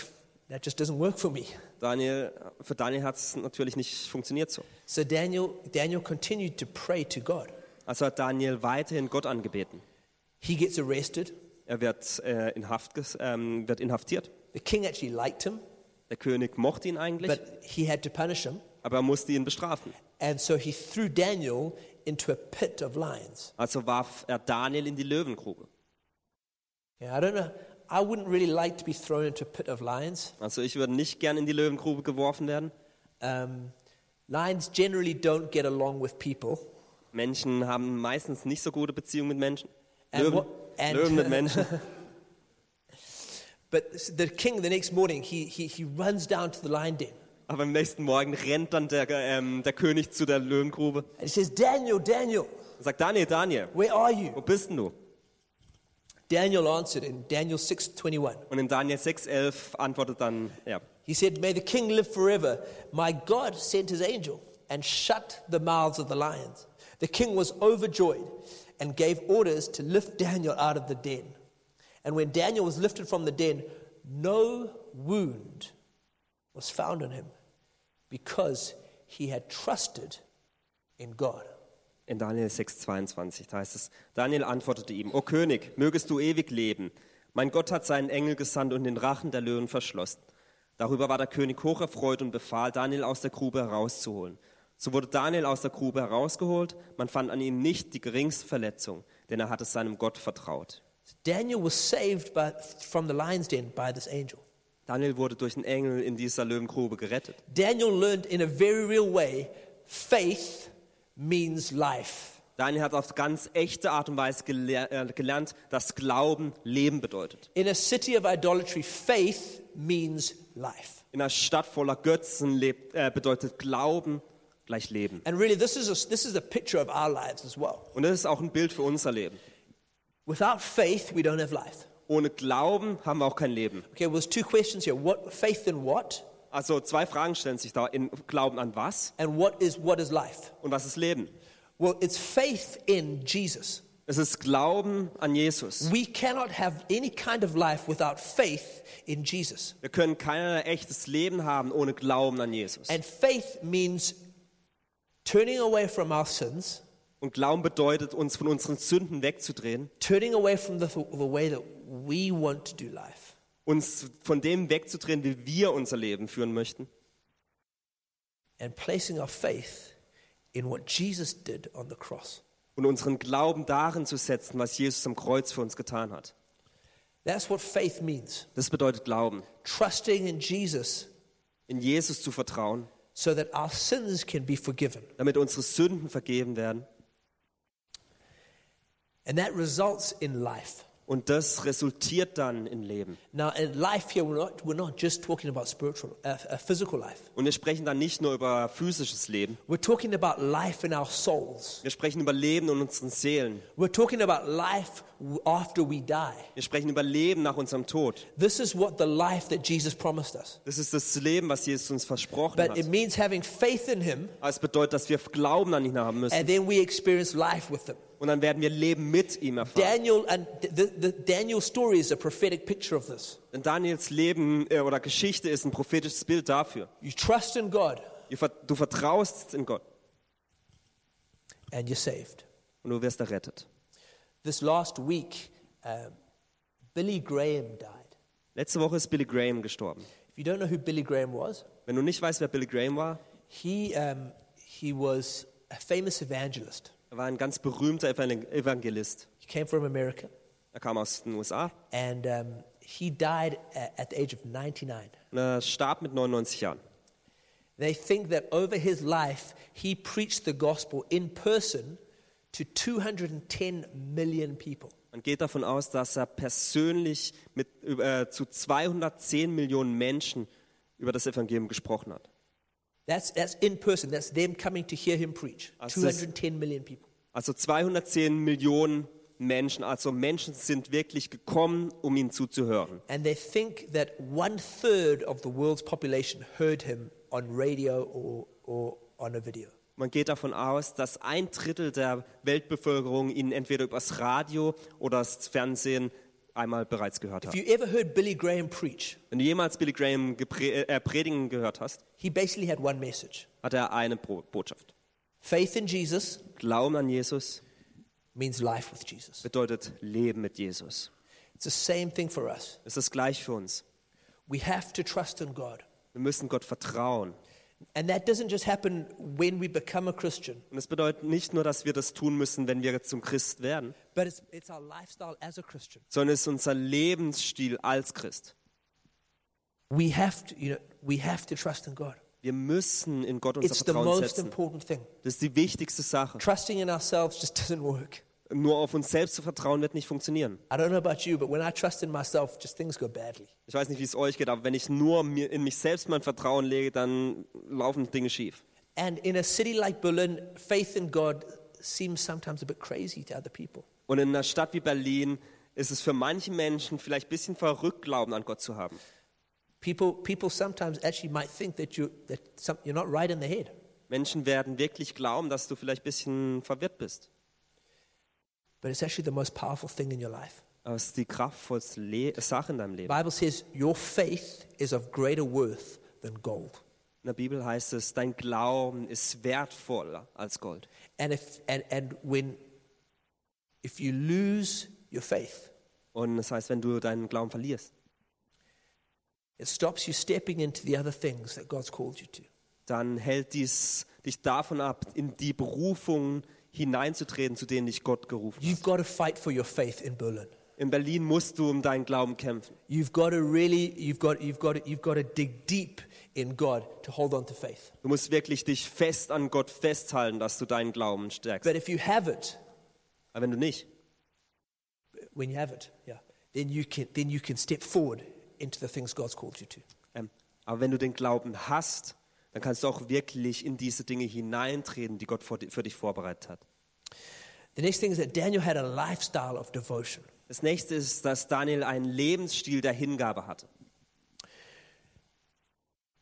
Speaker 1: that just doesn't work for me.
Speaker 2: Daniel, für Daniel hat es natürlich nicht funktioniert so.
Speaker 1: So Daniel, Daniel continued to pray to God.
Speaker 2: Also hat Daniel weiterhin Gott angebeten.
Speaker 1: He gets arrested.
Speaker 2: Er wird, äh, in Haft ges- ähm, wird inhaftiert.
Speaker 1: The king actually liked him,
Speaker 2: Der König mochte ihn eigentlich,
Speaker 1: but he had to punish him.
Speaker 2: aber er musste ihn bestrafen.
Speaker 1: And so he threw Daniel into a pit of lions.
Speaker 2: Also warf er Daniel in die Löwengrube.
Speaker 1: Yeah, I don't know. I wouldn't really like to be thrown into a pit of lions.
Speaker 2: Also ich würde nicht gern in die Löwengrube geworfen werden.
Speaker 1: Um, lions generally don't get along with people.
Speaker 2: Menschen haben meistens nicht so gute Beziehungen mit Menschen.
Speaker 1: And
Speaker 2: Löwen,
Speaker 1: what- and-
Speaker 2: Löwen mit Menschen.
Speaker 1: But the king, the next morning, he, he, he runs down to the lion den.
Speaker 2: Aber am nächsten Morgen rennt dann der, ähm, der König zu der Löwengrube
Speaker 1: And he says, Daniel, Daniel,
Speaker 2: und sagt, Daniel, Daniel,
Speaker 1: where are you?
Speaker 2: wo bist denn du?
Speaker 1: Daniel answered in Daniel 6:21.
Speaker 2: Und in Daniel 6,11 antwortet dann, ja,
Speaker 1: He said, "May the king live forever. My God sent his angel and shut the mouths of the lions. The king was overjoyed and gave orders to lift Daniel out of the den. And when Daniel was lifted from the den, no wound was found on him because he had trusted in God."
Speaker 2: In Daniel 6,22 da heißt es: Daniel antwortete ihm: O König, mögest du ewig leben. Mein Gott hat seinen Engel gesandt und den Rachen der Löwen verschlossen. Darüber war der König hocherfreut und befahl, Daniel aus der Grube herauszuholen. So wurde Daniel aus der Grube herausgeholt. Man fand an ihm nicht die geringste Verletzung, denn er hatte seinem Gott vertraut.
Speaker 1: Daniel was saved by, from the lion's den by this angel.
Speaker 2: Daniel wurde durch den Engel in dieser Löwengrube gerettet.
Speaker 1: Daniel learned in a very real way faith means life.
Speaker 2: Daniel hat auf ganz echte Art und Weise gele äh, gelernt, dass Glauben Leben bedeutet.
Speaker 1: In a city of idolatry, faith means life.
Speaker 2: In einer Stadt voller Götzen lebt, äh, bedeutet Glauben gleich Leben.
Speaker 1: And really, this is, a, this is a picture of our lives as well.
Speaker 2: Und das ist auch ein Bild für unser Leben.
Speaker 1: Without faith, we don't have life.
Speaker 2: Ohne Glauben haben wir auch kein Leben.
Speaker 1: Okay, well, there's two questions here what, faith in what?
Speaker 2: Also zwei Fragen stellen sich da. In Glauben an was
Speaker 1: And what is, what is life?
Speaker 2: und was ist Leben?
Speaker 1: Well, it's faith in Jesus.
Speaker 2: Es ist Glauben an Jesus.
Speaker 1: We cannot have any kind of life without faith in Jesus.
Speaker 2: Wir können kein echtes Leben haben ohne Glauben an Jesus.
Speaker 1: And faith means turning away from our sins
Speaker 2: Und Glauben bedeutet, uns von unseren Sünden wegzudrehen,
Speaker 1: turning away from the, the way that we want to do life
Speaker 2: uns von dem wegzudrehen, wie wir unser Leben führen möchten
Speaker 1: and placing our faith in what Jesus did on the cross.
Speaker 2: und unseren Glauben darin zu setzen, was Jesus am Kreuz für uns getan hat.
Speaker 1: That's what faith means
Speaker 2: Das bedeutet Glauben.
Speaker 1: trusting in Jesus
Speaker 2: in Jesus zu vertrauen,
Speaker 1: so that our sins can be forgiven.
Speaker 2: damit unsere Sünden vergeben werden.
Speaker 1: And that results in life.
Speaker 2: Und das resultiert dann in Leben.
Speaker 1: Now, in life here, we're not, we're not just talking about spiritual, uh, uh, physical life.
Speaker 2: Und wir sprechen dann nicht nur über physisches Leben.
Speaker 1: We're talking about life in our souls.
Speaker 2: Wir sprechen über Leben in unseren Seelen.
Speaker 1: We're talking about life w- after we die.
Speaker 2: Wir sprechen über Leben nach unserem Tod.
Speaker 1: This is what the life that Jesus promised us.
Speaker 2: Das ist das Leben, was Jesus uns versprochen
Speaker 1: But it
Speaker 2: hat.
Speaker 1: means having faith in Him,
Speaker 2: Aber es bedeutet, dass wir Glauben an ihn haben müssen.
Speaker 1: and then we experience life with Him.
Speaker 2: Und dann werden wir Leben mit ihm erfahren.
Speaker 1: Daniel and the, the Daniel story is a prophetic picture of this.
Speaker 2: Denn Daniels Leben äh, oder Geschichte ist ein prophetisches Bild dafür.
Speaker 1: You trust in God,
Speaker 2: Ihr ver- Du vertraust in Gott
Speaker 1: and you're saved.
Speaker 2: und du wirst errettet.
Speaker 1: This last week, um, Billy Graham died.
Speaker 2: Letzte Woche ist Billy Graham gestorben.
Speaker 1: If you don't know who Billy Graham was,
Speaker 2: Wenn du nicht weißt, wer Billy Graham war,
Speaker 1: he, um, he was a famous evangelist.
Speaker 2: er war ein ganz berühmter Evangel- Evangelist.
Speaker 1: He came from America,
Speaker 2: Er kam aus den USA
Speaker 1: and um, he died a- at the age of 99.
Speaker 2: und er starb mit 99 Jahren.
Speaker 1: They think that over his life, he preached the gospel in person to 210 million people.
Speaker 2: Man geht davon aus, dass er persönlich mit, äh, zu 210 Millionen Menschen über das Evangelium gesprochen hat.
Speaker 1: That's, that's in person. That's them coming to hear him preach.
Speaker 2: That's this-
Speaker 1: 210 million people.
Speaker 2: Also 210 Millionen Menschen, also Menschen sind wirklich gekommen, um ihm zuzuhören.
Speaker 1: And they think that one third of the world's population heard him on radio or, or on a video.
Speaker 2: Man geht davon aus, dass ein Drittel der Weltbevölkerung ihn entweder übers Radio oder das Fernsehen einmal bereits gehört
Speaker 1: If
Speaker 2: hat.
Speaker 1: you ever heard Billy Graham preach,
Speaker 2: Wenn du jemals Billy Graham geprä- äh, predigen gehört hast,
Speaker 1: he basically had one message
Speaker 2: hat er eine Pro- Botschaft.
Speaker 1: faith in Jesus
Speaker 2: Glauben an Jesus
Speaker 1: means life with Jesus.
Speaker 2: bedeutet Leben mit Jesus.
Speaker 1: It's the same thing for us.
Speaker 2: Es ist gleich für uns.
Speaker 1: We have to trust in God.
Speaker 2: Wir müssen Gott vertrauen.
Speaker 1: And that doesn't just happen when we become a Christian,
Speaker 2: Und es bedeutet nicht nur, dass wir das tun müssen, wenn wir zum Christ werden,
Speaker 1: but it's, it's our lifestyle as a Christian.
Speaker 2: sondern es ist unser Lebensstil als Christ.
Speaker 1: We have to, you know, we have to trust in God.
Speaker 2: Wir müssen in Gott unser
Speaker 1: It's the
Speaker 2: Vertrauen
Speaker 1: most
Speaker 2: setzen.
Speaker 1: important thing.
Speaker 2: Das ist die wichtigste Sache.
Speaker 1: Trusting in ourselves just doesn't work.
Speaker 2: Nur auf uns selbst zu vertrauen wird nicht funktionieren.
Speaker 1: I don't know about you, but when I trust in myself, just things go badly.
Speaker 2: Ich weiß nicht, wie es euch geht, aber wenn ich nur mir, in mich selbst mein Vertrauen lege, dann laufen Dinge schief.
Speaker 1: And in a city like Berlin, faith in God seems sometimes a bit crazy to other people.
Speaker 2: Und in einer Stadt wie Berlin ist es für manche Menschen vielleicht ein bisschen verrückt, Glauben an Gott zu haben.
Speaker 1: People, people sometimes actually might think that, you, that some, you're not right in the head.
Speaker 2: Menschen werden wirklich glauben, dass du vielleicht ein bisschen verwirrt bist.
Speaker 1: But it's actually the most powerful thing in your life.
Speaker 2: Aber es ist die kraftvollste Le Sache in deinem
Speaker 1: The
Speaker 2: Leben.
Speaker 1: Bible says your faith is of greater worth than gold.
Speaker 2: In der Bibel heißt es, dein Glauben ist wertvoller als Gold.
Speaker 1: And if and, and when if you lose your faith,
Speaker 2: Und das heißt, wenn du deinen Glauben verlierst,
Speaker 1: it stops you stepping into the other things that God's called you to.
Speaker 2: dann hält dies dich davon ab, in die Berufung hineinzutreten, zu denen dich Gott gerufen hat.
Speaker 1: You've got to fight for your faith in Berlin.
Speaker 2: In Berlin musst du um deinen Glauben kämpfen.
Speaker 1: You've got to really you've got you've got to, you've got to dig deep in God to hold on to faith.
Speaker 2: Du musst wirklich dich fest an Gott festhalten, dass du deinen Glauben stärkst.
Speaker 1: But if you have it,
Speaker 2: Aber wenn du nicht,
Speaker 1: when you have it, yeah, then you can then you can step forward into the things God's called you to.
Speaker 2: ähm, aber wenn du den Glauben hast, dann kannst du auch wirklich in diese Dinge hineintreten, die Gott vor, für dich vorbereitet hat.
Speaker 1: The next thing is that Daniel had a lifestyle of devotion.
Speaker 2: Das nächste ist, dass Daniel einen Lebensstil der Hingabe hatte.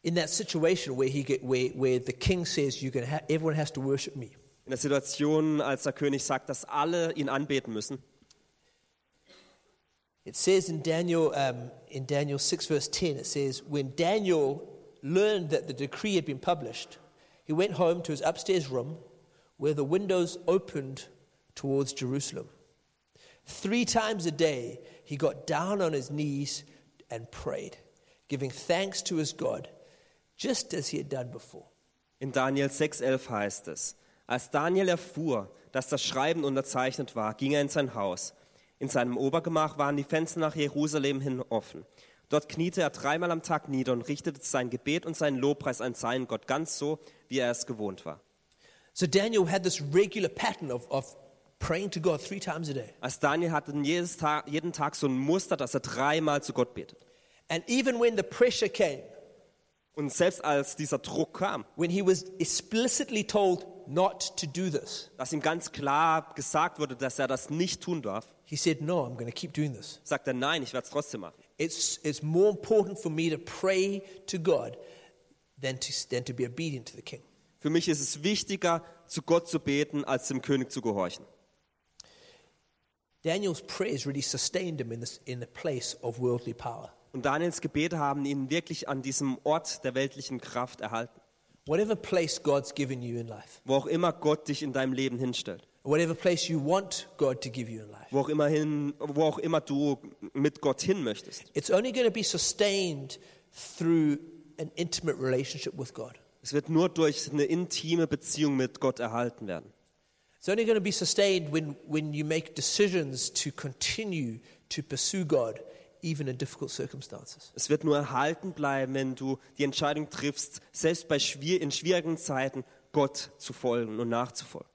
Speaker 1: in that situation where, he get, where, where the king says you can ha- everyone has to worship me
Speaker 2: In der Situation, als der König sagt, dass alle ihn anbeten müssen,
Speaker 1: it says in daniel um, in daniel 6 verse 10 it says when daniel learned that the decree had been published he went home to his upstairs room where the windows opened towards jerusalem three times a day he got down on his knees and prayed giving thanks to his god just as he had done before
Speaker 2: In Daniel 6,11 heißt es: Als Daniel erfuhr, dass das Schreiben unterzeichnet war, ging er in sein Haus. In seinem Obergemach waren die Fenster nach Jerusalem hin offen. Dort kniete er dreimal am Tag nieder und richtete sein Gebet und seinen Lobpreis an seinen Gott ganz so, wie er es gewohnt war.
Speaker 1: So Daniel had this regular pattern of, of praying to God three times a day.
Speaker 2: Als Daniel hatte jedes Tag, jeden Tag so ein Muster, dass er dreimal zu Gott betet.
Speaker 1: And even when the pressure came,
Speaker 2: Und selbst als dieser Druck kam,
Speaker 1: when he was explicitly told not to do this,
Speaker 2: dass ihm ganz klar gesagt wurde, dass er das nicht tun darf,
Speaker 1: he said, No, I'm going to keep doing this.
Speaker 2: sagt er, nein, ich werde es trotzdem machen.
Speaker 1: It's, it's more important for me to pray to God than to, than to be obedient to the king.
Speaker 2: Für mich ist es wichtiger, zu Gott zu beten, als dem König zu gehorchen.
Speaker 1: Daniel's prayers really sustained him in, this, in the place of worldly power.
Speaker 2: Und Daniels Gebete haben ihn wirklich an diesem Ort der weltlichen Kraft erhalten.
Speaker 1: Whatever place God's given you in life,
Speaker 2: Wo auch immer Gott dich in deinem Leben hinstellt.
Speaker 1: whatever place you want God to give you in life,
Speaker 2: Wo auch immer, hin, wo auch immer du mit Gott hin möchtest.
Speaker 1: it's only going to be sustained through an intimate relationship with God.
Speaker 2: Es wird nur durch eine intime Beziehung mit Gott erhalten werden.
Speaker 1: It's only going to be sustained when, when you make decisions to continue to pursue God, even in difficult circumstances.
Speaker 2: Es wird nur erhalten bleiben, wenn du die Entscheidung triffst, selbst bei schwier in schwierigen Zeiten Gott zu folgen und nachzufolgen.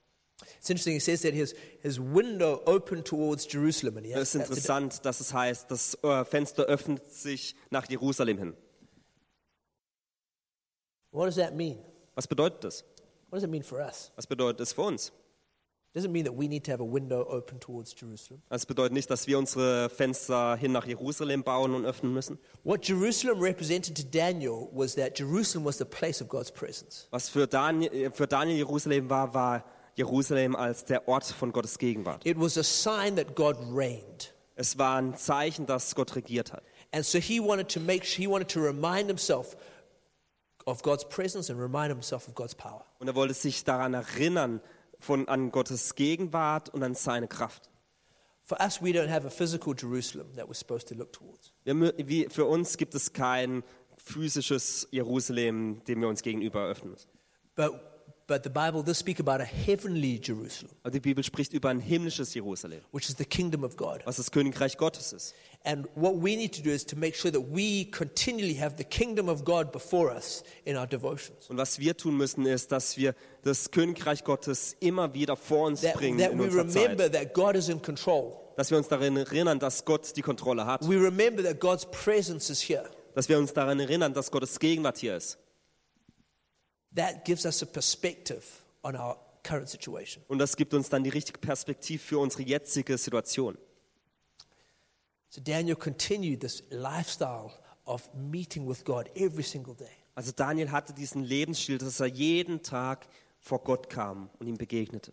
Speaker 1: It's interesting, he says that his, his window opened towards Jerusalem. And he has,
Speaker 2: Es ist interessant, dass es heißt, das äh, Fenster öffnet sich nach Jerusalem hin.
Speaker 1: what does that mean?
Speaker 2: Was bedeutet das?
Speaker 1: What does it mean for us?
Speaker 2: Was bedeutet es für uns?
Speaker 1: It doesn't mean that we need to have a window open towards Jerusalem.
Speaker 2: Das bedeutet nicht, dass wir unsere Fenster hin nach Jerusalem bauen und öffnen müssen.
Speaker 1: What Jerusalem represented to Daniel was that Jerusalem was the place of God's presence.
Speaker 2: Was für Daniel, äh, für Daniel Jerusalem war, war Jerusalem als der Ort von Gottes Gegenwart.
Speaker 1: It was a sign that God reigned.
Speaker 2: Es war ein Zeichen, dass Gott regiert hat.
Speaker 1: And so he wanted to make sure, he wanted to remind himself of God's presence and remind himself of God's power.
Speaker 2: Und er wollte sich daran erinnern, von, an Gottes Gegenwart und an seine Kraft.
Speaker 1: For us, we don't have a physical Jerusalem that we're supposed to look towards.
Speaker 2: Wir, mü- wie, für uns gibt es kein physisches Jerusalem, dem wir uns gegenüber öffnen müssen.
Speaker 1: But, but the Bible does speak about a heavenly Jerusalem,
Speaker 2: Aber die Bibel spricht über ein himmlisches Jerusalem,
Speaker 1: which is the kingdom of God.
Speaker 2: was das Königreich Gottes ist.
Speaker 1: And what we need to do is to make sure that we continually have the kingdom of God before us in our devotions.
Speaker 2: Und was wir tun müssen, ist, dass wir das Königreich Gottes immer wieder vor uns
Speaker 1: That,
Speaker 2: bringen
Speaker 1: that
Speaker 2: in
Speaker 1: we
Speaker 2: unserer
Speaker 1: remember
Speaker 2: Zeit.
Speaker 1: that God is in control.
Speaker 2: Dass wir uns daran erinnern, dass Gott die Kontrolle hat.
Speaker 1: We remember that God's presence is here.
Speaker 2: Dass wir uns daran erinnern, dass Gottes Gegenwart hier ist.
Speaker 1: That gives us a perspective on our current situation.
Speaker 2: Und das gibt uns dann die richtige Perspektive für unsere jetzige Situation.
Speaker 1: So Daniel continued this lifestyle of meeting with God every single day.
Speaker 2: Also Daniel hatte diesen Lebensstil, dass er jeden Tag vor Gott kam und ihm begegnete.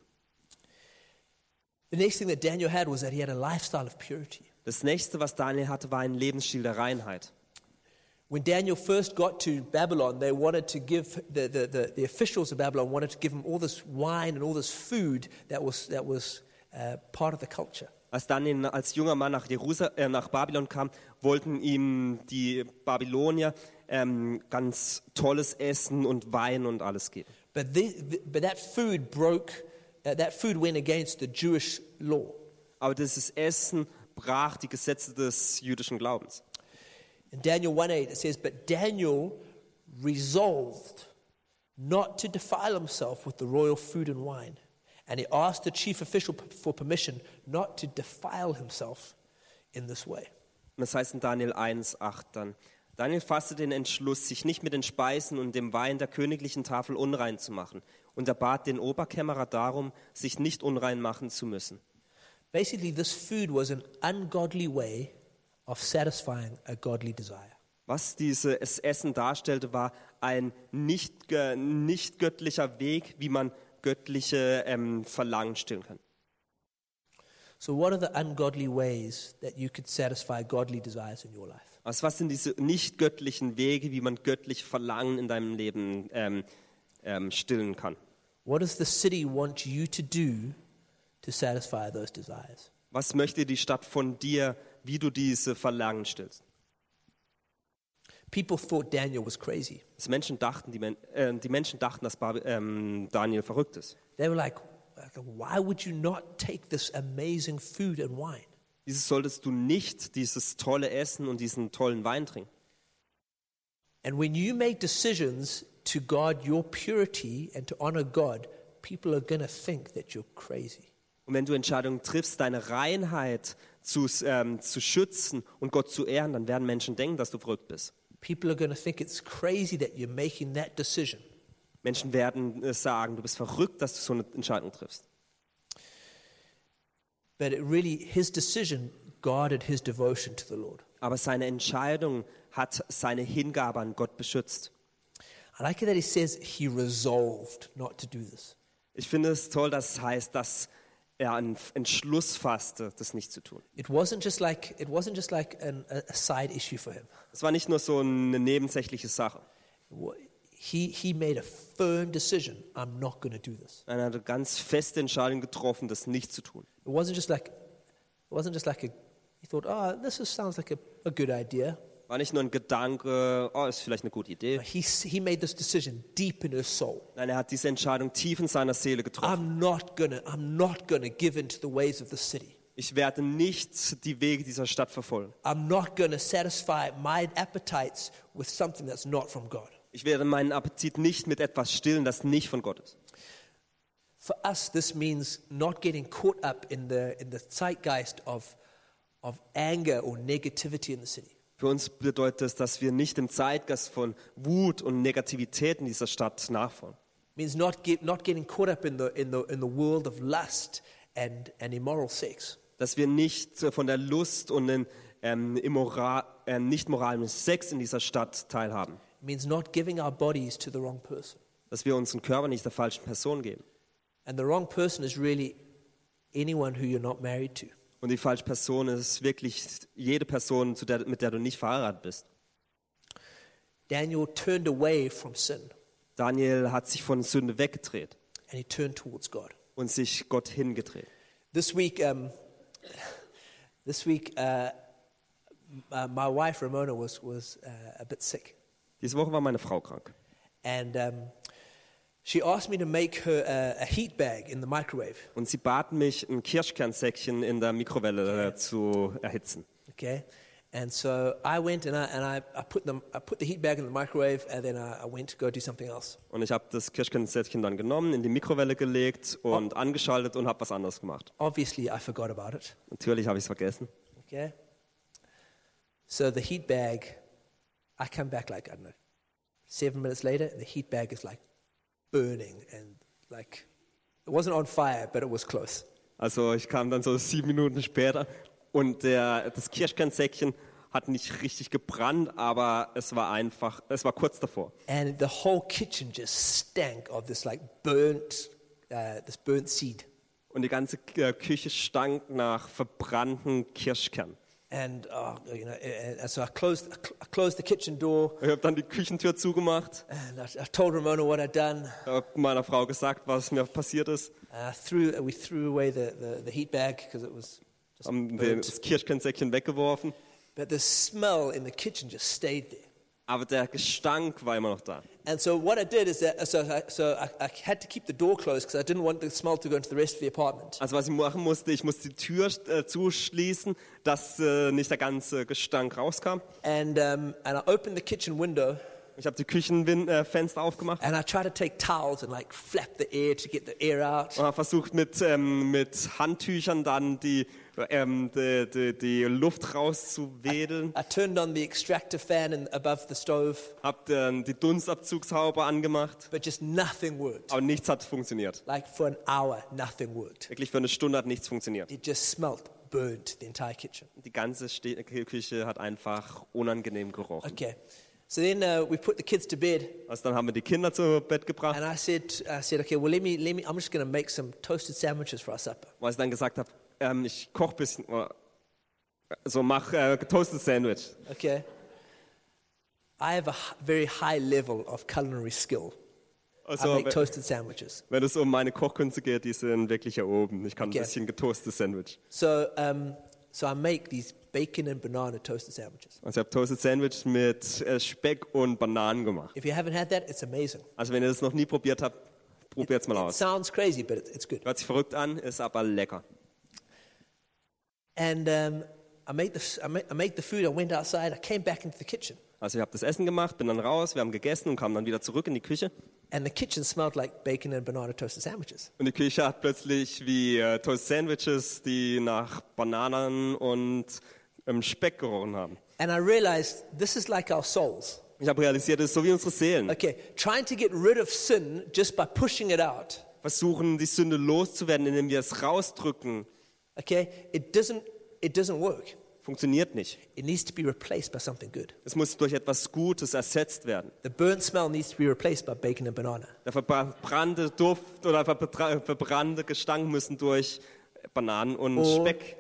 Speaker 1: The next thing that Daniel had was that he had a lifestyle of purity.
Speaker 2: Das nächste, was Daniel hatte, war ein Lebensstil der Reinheit.
Speaker 1: When Daniel first got to Babylon, they wanted to give, the, the, the, the officials of Babylon wanted to give him all this wine and all this food that was, that was uh, part of the culture.
Speaker 2: Als Daniel als junger Mann nach, Jerusal äh, nach Babylon kam, wollten ihm die Babylonier ähm, ganz tolles Essen und Wein und alles geben.
Speaker 1: But, the, the- but that food broke, uh, that food went against the Jewish law.
Speaker 2: Aber dieses Essen brach die Gesetze des jüdischen Glaubens.
Speaker 1: In Daniel 1.8 it says, But Daniel resolved not to defile himself with the royal food and wine. And he asked the chief official p- for permission not to defile himself in this way.
Speaker 2: Und das heißt in Daniel 1,8 dann. Daniel fasste den Entschluss, sich nicht mit den Speisen und dem Wein der königlichen Tafel unrein zu machen. Und er bat den Oberkämmerer darum, sich nicht unrein machen zu müssen.
Speaker 1: Basically, this food was an ungodly way of satisfying a godly desire.
Speaker 2: Was dieses Essen darstellte, war ein nicht, gö- nicht göttlicher Weg, wie man göttliche ähm, Verlangen stillen kann.
Speaker 1: So, what are the ungodly ways that you could satisfy godly desires in your life?
Speaker 2: Also was sind diese nicht göttlichen Wege, wie man göttliche Verlangen in deinem Leben ähm, ähm, stillen kann?
Speaker 1: What does the city want you to do to satisfy those desires?
Speaker 2: Was möchte die Stadt von dir, wie du diese Verlangen stillst?
Speaker 1: People thought Daniel was crazy.
Speaker 2: Das Menschen dachten, die, Men äh, die Menschen dachten, dass Bab ähm, Daniel verrückt ist.
Speaker 1: They were like, why would you not take this amazing food and wine?
Speaker 2: Dieses solltest du nicht, dieses tolle Essen und diesen tollen Wein trinken.
Speaker 1: And when you make decisions to guard your purity and to honor God, people are going to think that you're crazy.
Speaker 2: Und wenn du Entscheidungen triffst, deine Reinheit zu, ähm, zu schützen und Gott zu ehren, dann werden Menschen denken, dass du verrückt bist.
Speaker 1: People are going to think it's crazy that you're making that decision.
Speaker 2: Menschen werden äh, sagen, du bist verrückt, dass du so eine Entscheidung triffst.
Speaker 1: But it really, his decision guarded his devotion to the Lord.
Speaker 2: Aber seine Entscheidung hat seine Hingabe an Gott beschützt.
Speaker 1: I like it that he says he resolved not to do this.
Speaker 2: Ich finde es toll, dass es heißt, dass er einen Entschluss fasste, das nicht zu tun.
Speaker 1: It wasn't just like, it wasn't just like an, a, a side issue for him.
Speaker 2: Es war nicht nur so eine nebensächliche Sache.
Speaker 1: Wha- He, he made a firm decision I'm not going to do this.
Speaker 2: Er hat eine ganz feste Entscheidung getroffen, das nicht zu tun.
Speaker 1: It wasn't just like, it wasn't just like a, he thought, oh, this is, sounds like a, a good idea.
Speaker 2: War nicht nur ein Gedanke, oh, ist vielleicht eine gute Idee.
Speaker 1: He, s- he made this decision deep in his soul.
Speaker 2: Nein, er hat diese Entscheidung tief in seiner Seele getroffen.
Speaker 1: I'm not gonna, I'm not gonna give in to the ways of the city.
Speaker 2: Ich werde nicht die Wege dieser Stadt verfolgen.
Speaker 1: I'm not gonna satisfy my appetites with something that's not from God.
Speaker 2: Ich werde meinen Appetit nicht mit etwas stillen, das nicht von Gott ist.
Speaker 1: For us, this means not getting caught up in the, in the zeitgeist of, of anger or negativity in the city.
Speaker 2: Für uns bedeutet das, dass wir nicht dem Zeitgeist von Wut und Negativität in dieser Stadt nachfolgen.
Speaker 1: It means not, get, not getting caught up in the, in the, in the world of lust and, and immoral sex.
Speaker 2: Dass wir nicht äh, von der Lust und den ähm, immora- ähm, nicht moralischen Sex in dieser Stadt teilhaben.
Speaker 1: It means not giving our bodies to the wrong person.
Speaker 2: Dass wir unseren Körper nicht der falschen Person geben.
Speaker 1: And the wrong person is really anyone who you're not married to.
Speaker 2: Und die falsche Person ist wirklich jede Person, zu der, mit der du nicht verheiratet bist.
Speaker 1: Daniel turned away from sin
Speaker 2: Daniel hat sich von Sünde weggedreht
Speaker 1: and he turned towards God.
Speaker 2: und sich Gott hingedreht.
Speaker 1: This week, um, this week, uh, m- uh, my wife Ramona was was uh, a bit sick,
Speaker 2: Diese Woche war meine Frau krank.
Speaker 1: and um, she asked me to make her a, a heat bag in the microwave.
Speaker 2: Und sie bat mich, ein Kirschkernsäckchen in der Mikrowelle äh, zu erhitzen.
Speaker 1: Okay, and so I went and I and I, I put them I put the heat bag in the microwave, and then I, I went to go do something else.
Speaker 2: Und ich habe das Kirschkernsäckchen dann genommen, in die Mikrowelle gelegt und angeschaltet und habe was anderes gemacht.
Speaker 1: Obviously, I forgot about it.
Speaker 2: Natürlich habe ich es vergessen.
Speaker 1: Okay, so the heat bag, I come back like I don't know, seven minutes later, and the heat bag is like burning and like it wasn't on fire, but it was close.
Speaker 2: Also ich kam dann so sieben Minuten später und der, das Kirschkernsäckchen hat nicht richtig gebrannt, aber es war einfach, es war kurz davor.
Speaker 1: And the whole kitchen just stank of this like burnt, uh, this burnt seed.
Speaker 2: Und die ganze äh, Küche stank nach verbrannten Kirschkern.
Speaker 1: And uh, you know, and and so I closed, I cl- I closed the kitchen door,
Speaker 2: Ich habe dann die Küchentür zugemacht,
Speaker 1: and I, I told Ramona what I'd done.
Speaker 2: habe meiner Frau gesagt, was mir passiert ist,
Speaker 1: And I threw, we threw away the, the, the heat bag because it was just
Speaker 2: haben den-
Speaker 1: burnt.
Speaker 2: das Kirschkernsäckchen weggeworfen,
Speaker 1: But the smell in the kitchen just stayed there.
Speaker 2: aber der Gestank war immer noch da.
Speaker 1: And so what I did is that, so, I, so I, I had to keep the door closed because I didn't want the smell to go into the rest of the apartment.
Speaker 2: Also was ich machen musste, ich musste die Tür äh, zuschließen, dass äh, nicht der ganze Gestank rauskam.
Speaker 1: And, um, and I opened the kitchen window
Speaker 2: Ich habe die Küchenfenster äh, Fenster aufgemacht
Speaker 1: and I tried to take towels and like flap the air to get the air out.
Speaker 2: und habe versucht mit, ähm, mit Handtüchern dann die, ähm, die, die, die Luft rauszuwedeln,
Speaker 1: I turned on the extractor fan in, above the stove,
Speaker 2: habe dann die Dunstabzugshaube angemacht,
Speaker 1: but just nothing worked.
Speaker 2: aber nichts hat funktioniert.
Speaker 1: Like for an hour, nothing worked.
Speaker 2: Wirklich für eine Stunde hat nichts funktioniert.
Speaker 1: It just smelt burnt the entire kitchen.
Speaker 2: Die ganze Ste Küche hat einfach unangenehm gerochen.
Speaker 1: Okay. So then uh, we put the kids to bed,
Speaker 2: Also dann haben wir die Kinder zu Bett gebracht,
Speaker 1: and I said, I said, okay, well, let me, let me, I'm just going to make some toasted sandwiches for our supper.
Speaker 2: weil ich dann gesagt habe, ähm, ich koche ein bisschen, äh, so mach äh, getoastetes Sandwich.
Speaker 1: Okay. I have a h- very high level of culinary skill. I
Speaker 2: Also,
Speaker 1: make toasted sandwiches.
Speaker 2: Wenn es um meine Kochkünste geht, die sind wirklich erhoben. Ich kann
Speaker 1: Okay.
Speaker 2: ein bisschen getoastetes Sandwich.
Speaker 1: So, um, so I make these bacon and banana toasted sandwiches.
Speaker 2: Also ich habe Toasted Sandwich mit äh, Speck und Bananen gemacht.
Speaker 1: If you haven't had that, it's amazing.
Speaker 2: Also wenn ihr das noch nie probiert habt, probiert es mal
Speaker 1: It
Speaker 2: aus.
Speaker 1: sounds crazy, but it- it's good.
Speaker 2: Hört sich verrückt an, ist aber lecker.
Speaker 1: And um, I, made the, I, made, I made the food. I went outside. I came back into the kitchen.
Speaker 2: Also ich habe das Essen gemacht, bin dann raus, wir haben gegessen und kamen dann wieder zurück in die Küche.
Speaker 1: And the kitchen smelled like bacon and banana toasted sandwiches.
Speaker 2: Und die Küche hat plötzlich wie äh, Toast-Sandwiches, die nach Bananen und ähm, Speck gerochen haben.
Speaker 1: And I realized this is like our souls.
Speaker 2: Ich habe realisiert, es ist so wie unsere Seelen.
Speaker 1: Okay, trying to get rid of sin just by pushing it out.
Speaker 2: Versuchen, die Sünde loszuwerden, indem wir es rausdrücken,
Speaker 1: Okay, it doesn't, it doesn't work.
Speaker 2: funktioniert nicht.
Speaker 1: It needs to be replaced by something good.
Speaker 2: Es muss durch etwas Gutes ersetzt werden.
Speaker 1: The burnt smell needs to be replaced by bacon and banana.
Speaker 2: Der verbrannte Duft oder verbra- verbrannte Gestank müssen durch Bananen und
Speaker 1: Oh.
Speaker 2: Speck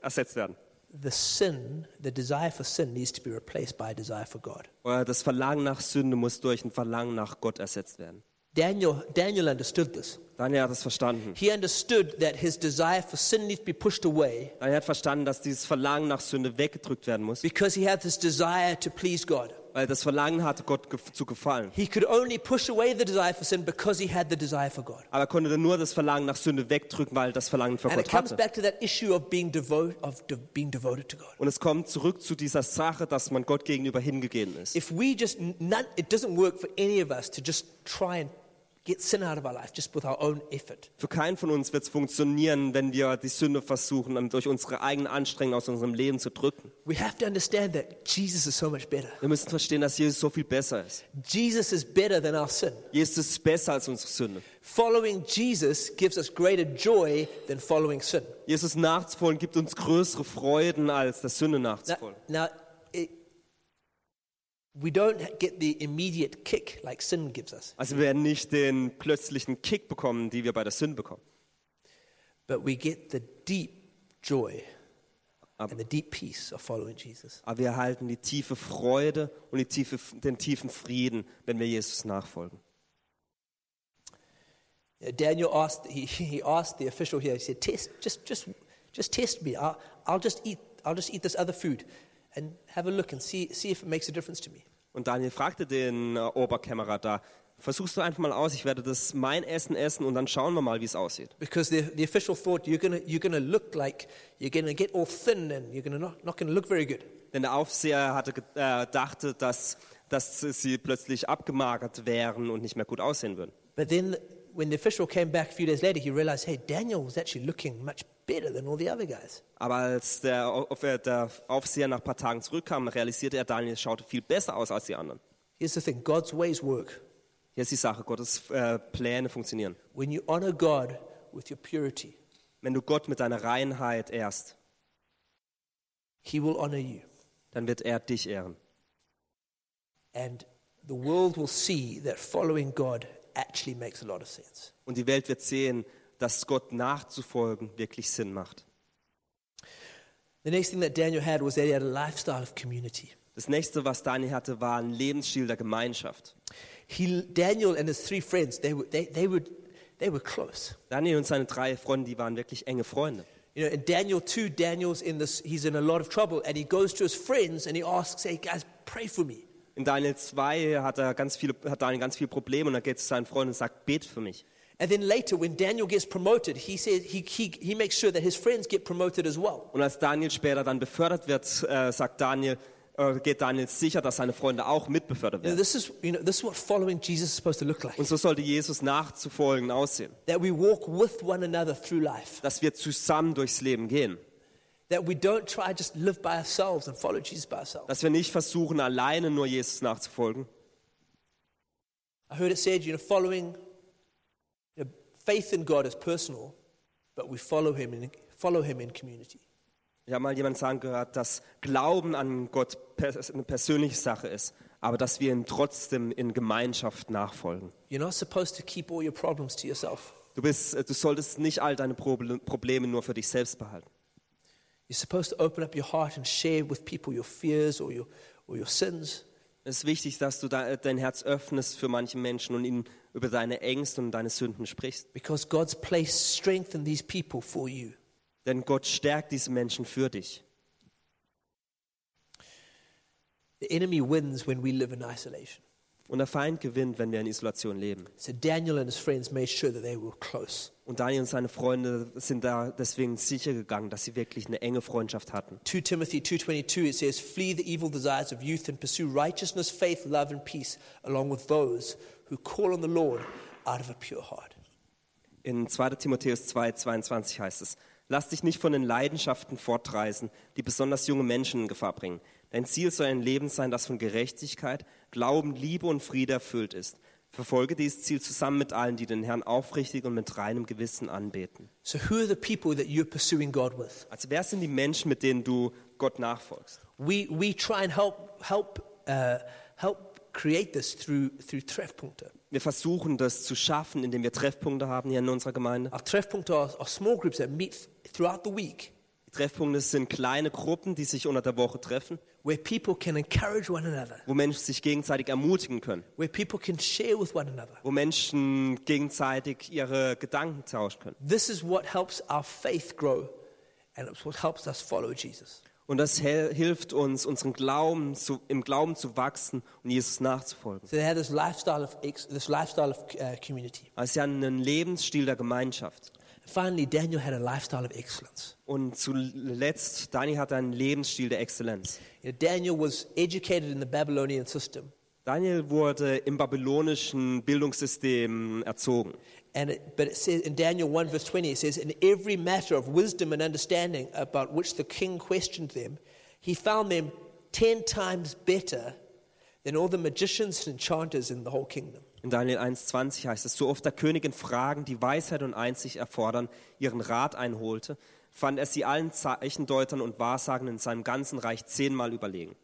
Speaker 2: ersetzt werden.
Speaker 1: The sin, the desire for sin, needs to be replaced by a desire for God.
Speaker 2: Oder das Verlangen nach Sünde muss durch ein Verlangen nach Gott ersetzt werden.
Speaker 1: Daniel, Daniel understood this.
Speaker 2: Daniel hat es verstanden.
Speaker 1: He understood that his desire for sin needs to be pushed away
Speaker 2: Daniel hat verstanden, dass dieses Verlangen nach Sünde weggedrückt werden muss,
Speaker 1: because he had this desire to please God.
Speaker 2: weil das Verlangen hatte, Gott ge zu gefallen.
Speaker 1: He could only push away the desire for sin because he had the desire for God.
Speaker 2: Aber er konnte dann nur das Verlangen nach Sünde wegdrücken, weil er das Verlangen für
Speaker 1: And it
Speaker 2: Gott
Speaker 1: comes
Speaker 2: hatte.
Speaker 1: back to that issue of being devote, of de- being devoted to God.
Speaker 2: Und es kommt zurück zu dieser Sache, dass man Gott gegenüber hingegeben ist.
Speaker 1: If we just none, it doesn't work for any of us to just try and get sin out of our life just with our own effort.
Speaker 2: Für keinen von uns wird es funktionieren, wenn wir die Sünde versuchen, ähm, durch unsere eigenen Anstrengungen aus unserem Leben zu drücken.
Speaker 1: We have to understand that Jesus is so much better.
Speaker 2: Wir müssen verstehen, dass Jesus so viel besser ist.
Speaker 1: Jesus is better than our sin.
Speaker 2: Jesus ist besser als unsere Sünde.
Speaker 1: Following Jesus gives us greater joy than following sin.
Speaker 2: Jesus nachzufolgen gibt uns größere Freuden, als der Sünde
Speaker 1: Now,
Speaker 2: nachzufolgen.
Speaker 1: now it, we don't get the immediate kick like sin gives us,
Speaker 2: Also wir werden nicht den plötzlichen Kick bekommen, die wir bei der Sünde bekommen.
Speaker 1: but we get the deep joy
Speaker 2: Ab-
Speaker 1: and the deep peace of following Jesus.
Speaker 2: Aber wir erhalten die tiefe Freude und die tiefe, den tiefen Frieden, wenn wir Jesus nachfolgen.
Speaker 1: Uh, Daniel asked, he, he asked the official here, he said, test, just, just, just test me. I'll, I'll, just eat, I'll just eat this other food and have a look and see, see if it makes a difference to me.
Speaker 2: Und Daniel fragte den äh, Oberkämmerer da, versuchst du einfach mal aus, ich werde das mein Essen essen und dann schauen wir mal, wie es aussieht.
Speaker 1: Because the, the official thought, you're going to you're gonna look like, you're going to get all thin and you're gonna not, not going to look very good.
Speaker 2: Denn der Aufseher hatte ge- äh, dachte, dass, dass sie plötzlich abgemagert wären und nicht mehr gut aussehen würden.
Speaker 1: But then when the official came back a few days later, he realized, hey, Daniel was actually looking much better than all the other guys.
Speaker 2: Aber als der, Au- Auf- äh, der Aufseher nach ein paar Tagen zurückkam, realisierte er, Daniel schaute viel besser aus als die anderen.
Speaker 1: Here's the thing God's ways work.
Speaker 2: Hier ist die Sache, Gottes äh, Pläne funktionieren.
Speaker 1: When you honor God with your purity,
Speaker 2: Wenn du Gott mit deiner Reinheit ehrst,
Speaker 1: he will honor you.
Speaker 2: dann wird er dich ehren.
Speaker 1: And the world will see that following God actually makes a lot of sense.
Speaker 2: Und die Welt wird sehen, dass Gott nachzufolgen wirklich Sinn macht.
Speaker 1: The next thing that Daniel had was that he had a lifestyle of community.
Speaker 2: Das nächste, was Daniel hatte, war ein Lebensstil der Gemeinschaft.
Speaker 1: He, Daniel and his three friends, they were, they, they, were, they were close.
Speaker 2: Daniel und seine drei Freunde, die waren wirklich enge Freunde.
Speaker 1: You know, in Daniel 2, Daniel's in this, he's in a lot of trouble and he goes to his friends and he asks, hey guys, pray for me.
Speaker 2: In Daniel 2 hat, er ganz viele, hat Daniel ganz viele Probleme und er geht zu seinen Freunden und sagt, bet für mich.
Speaker 1: And then later, when Daniel gets promoted, he, says, he, he, he makes sure that his friends get promoted as well.
Speaker 2: Und als Daniel später dann befördert wird, äh, sagt Daniel, äh, geht Daniel sicher, dass seine Freunde auch mitbefördert
Speaker 1: You know,
Speaker 2: werden.
Speaker 1: this, is, you know, this is what following Jesus is supposed to look like.
Speaker 2: Und so sollte Jesus nachzufolgen aussehen,
Speaker 1: That we walk with one another through life.
Speaker 2: dass wir zusammen durchs Leben gehen,
Speaker 1: that we don't try just live by ourselves and follow Jesus by ourselves.
Speaker 2: dass wir nicht versuchen, alleine nur Jesus nachzufolgen.
Speaker 1: I heard it said, you know, following you know, faith in God is personal, but we follow Him in follow Him in community.
Speaker 2: Ich habe mal jemand sagen gehört, dass Glauben an Gott pers eine persönliche Sache ist, aber dass wir ihm trotzdem in Gemeinschaft nachfolgen.
Speaker 1: You're not supposed to keep all your problems to yourself.
Speaker 2: Du, bist, äh, du solltest nicht all deine Proble Probleme nur für dich selbst behalten.
Speaker 1: You're supposed to open up your heart and share with people your fears or your or your sins.
Speaker 2: Es ist wichtig, dass du da, äh, dein Herz öffnest für manche Menschen und ihnen über deine Ängste und deine Sünden sprichst.
Speaker 1: Because God's placed strength in these people for you.
Speaker 2: Denn Gott stärkt diese Menschen für dich.
Speaker 1: The enemy wins when we live in isolation.
Speaker 2: Und der Feind gewinnt, wenn wir in Isolation leben.
Speaker 1: So Daniel and his friends made sure that they were close.
Speaker 2: Und Daniel und seine Freunde sind da deswegen sicher gegangen, dass sie wirklich eine enge Freundschaft hatten.
Speaker 1: 2 Timothy 2:22 it says flee the evil desires of youth and pursue righteousness, faith, love and peace along with those who call on the Lord out of a pure heart.
Speaker 2: In 2. Timotheus 2, 22 heißt es, lass dich nicht von den Leidenschaften fortreißen, die besonders junge Menschen in Gefahr bringen. Dein Ziel soll ein Leben sein, das von Gerechtigkeit, Glauben, Liebe und Friede erfüllt ist. Verfolge dieses Ziel zusammen mit allen, die den Herrn aufrichtig und mit reinem Gewissen anbeten.
Speaker 1: So who are the people that you're pursuing God with?
Speaker 2: Also wer sind die Menschen, mit denen du Gott nachfolgst?
Speaker 1: We we try and help help uh, help create this through through Treffpunkte.
Speaker 2: Wir versuchen das zu schaffen, indem wir Treffpunkte haben hier in unserer Gemeinde.
Speaker 1: Our Treffpunkte are, are small groups that meet throughout the week
Speaker 2: Die Treffpunkte sind kleine Gruppen, die sich unter der Woche treffen,
Speaker 1: where people can encourage one another,
Speaker 2: wo Menschen sich gegenseitig ermutigen können,
Speaker 1: where people can share with one another.
Speaker 2: wo Menschen gegenseitig ihre Gedanken tauschen können.
Speaker 1: This is what helps our faith grow and it's what helps us follow Jesus.
Speaker 2: Und das hel- hilft uns, unseren Glauben zu, im Glauben zu wachsen und Jesus nachzufolgen.
Speaker 1: So they had this lifestyle of, ex- this lifestyle of uh, community.
Speaker 2: Also ja, einen Lebensstil der Gemeinschaft.
Speaker 1: Finally, Daniel had a lifestyle of excellence.
Speaker 2: Und zuletzt, Daniel hat einen Lebensstil der Exzellenz.
Speaker 1: You know, Daniel was educated in the Babylonian system,
Speaker 2: Daniel wurde im babylonischen Bildungssystem erzogen.
Speaker 1: and it, but it says in Daniel 1, verse 20, it says, In every matter of wisdom and understanding about which the king questioned them, he found them ten times better than all the magicians and enchanters in the whole kingdom.
Speaker 2: In Daniel 1,20 heißt es, so oft der König in Fragen, die Weisheit und Einsicht erfordern, ihren Rat einholte, fand er sie allen Zeichendeutern und Wahrsagenden in seinem ganzen Reich zehnmal überlegen.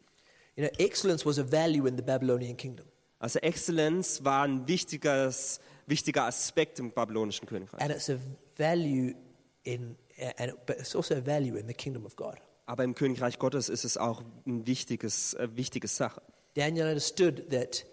Speaker 1: You know, excellence was a value in the Babylonian kingdom,
Speaker 2: Also Exzellenz war ein wichtiges, wichtiger Aspekt im babylonischen Königreich.
Speaker 1: and it's a value in, and it, but it's also a value in the kingdom of God.
Speaker 2: Aber im Königreich Gottes ist es auch eine wichtiges, äh, wichtige Sache.
Speaker 1: Daniel understood that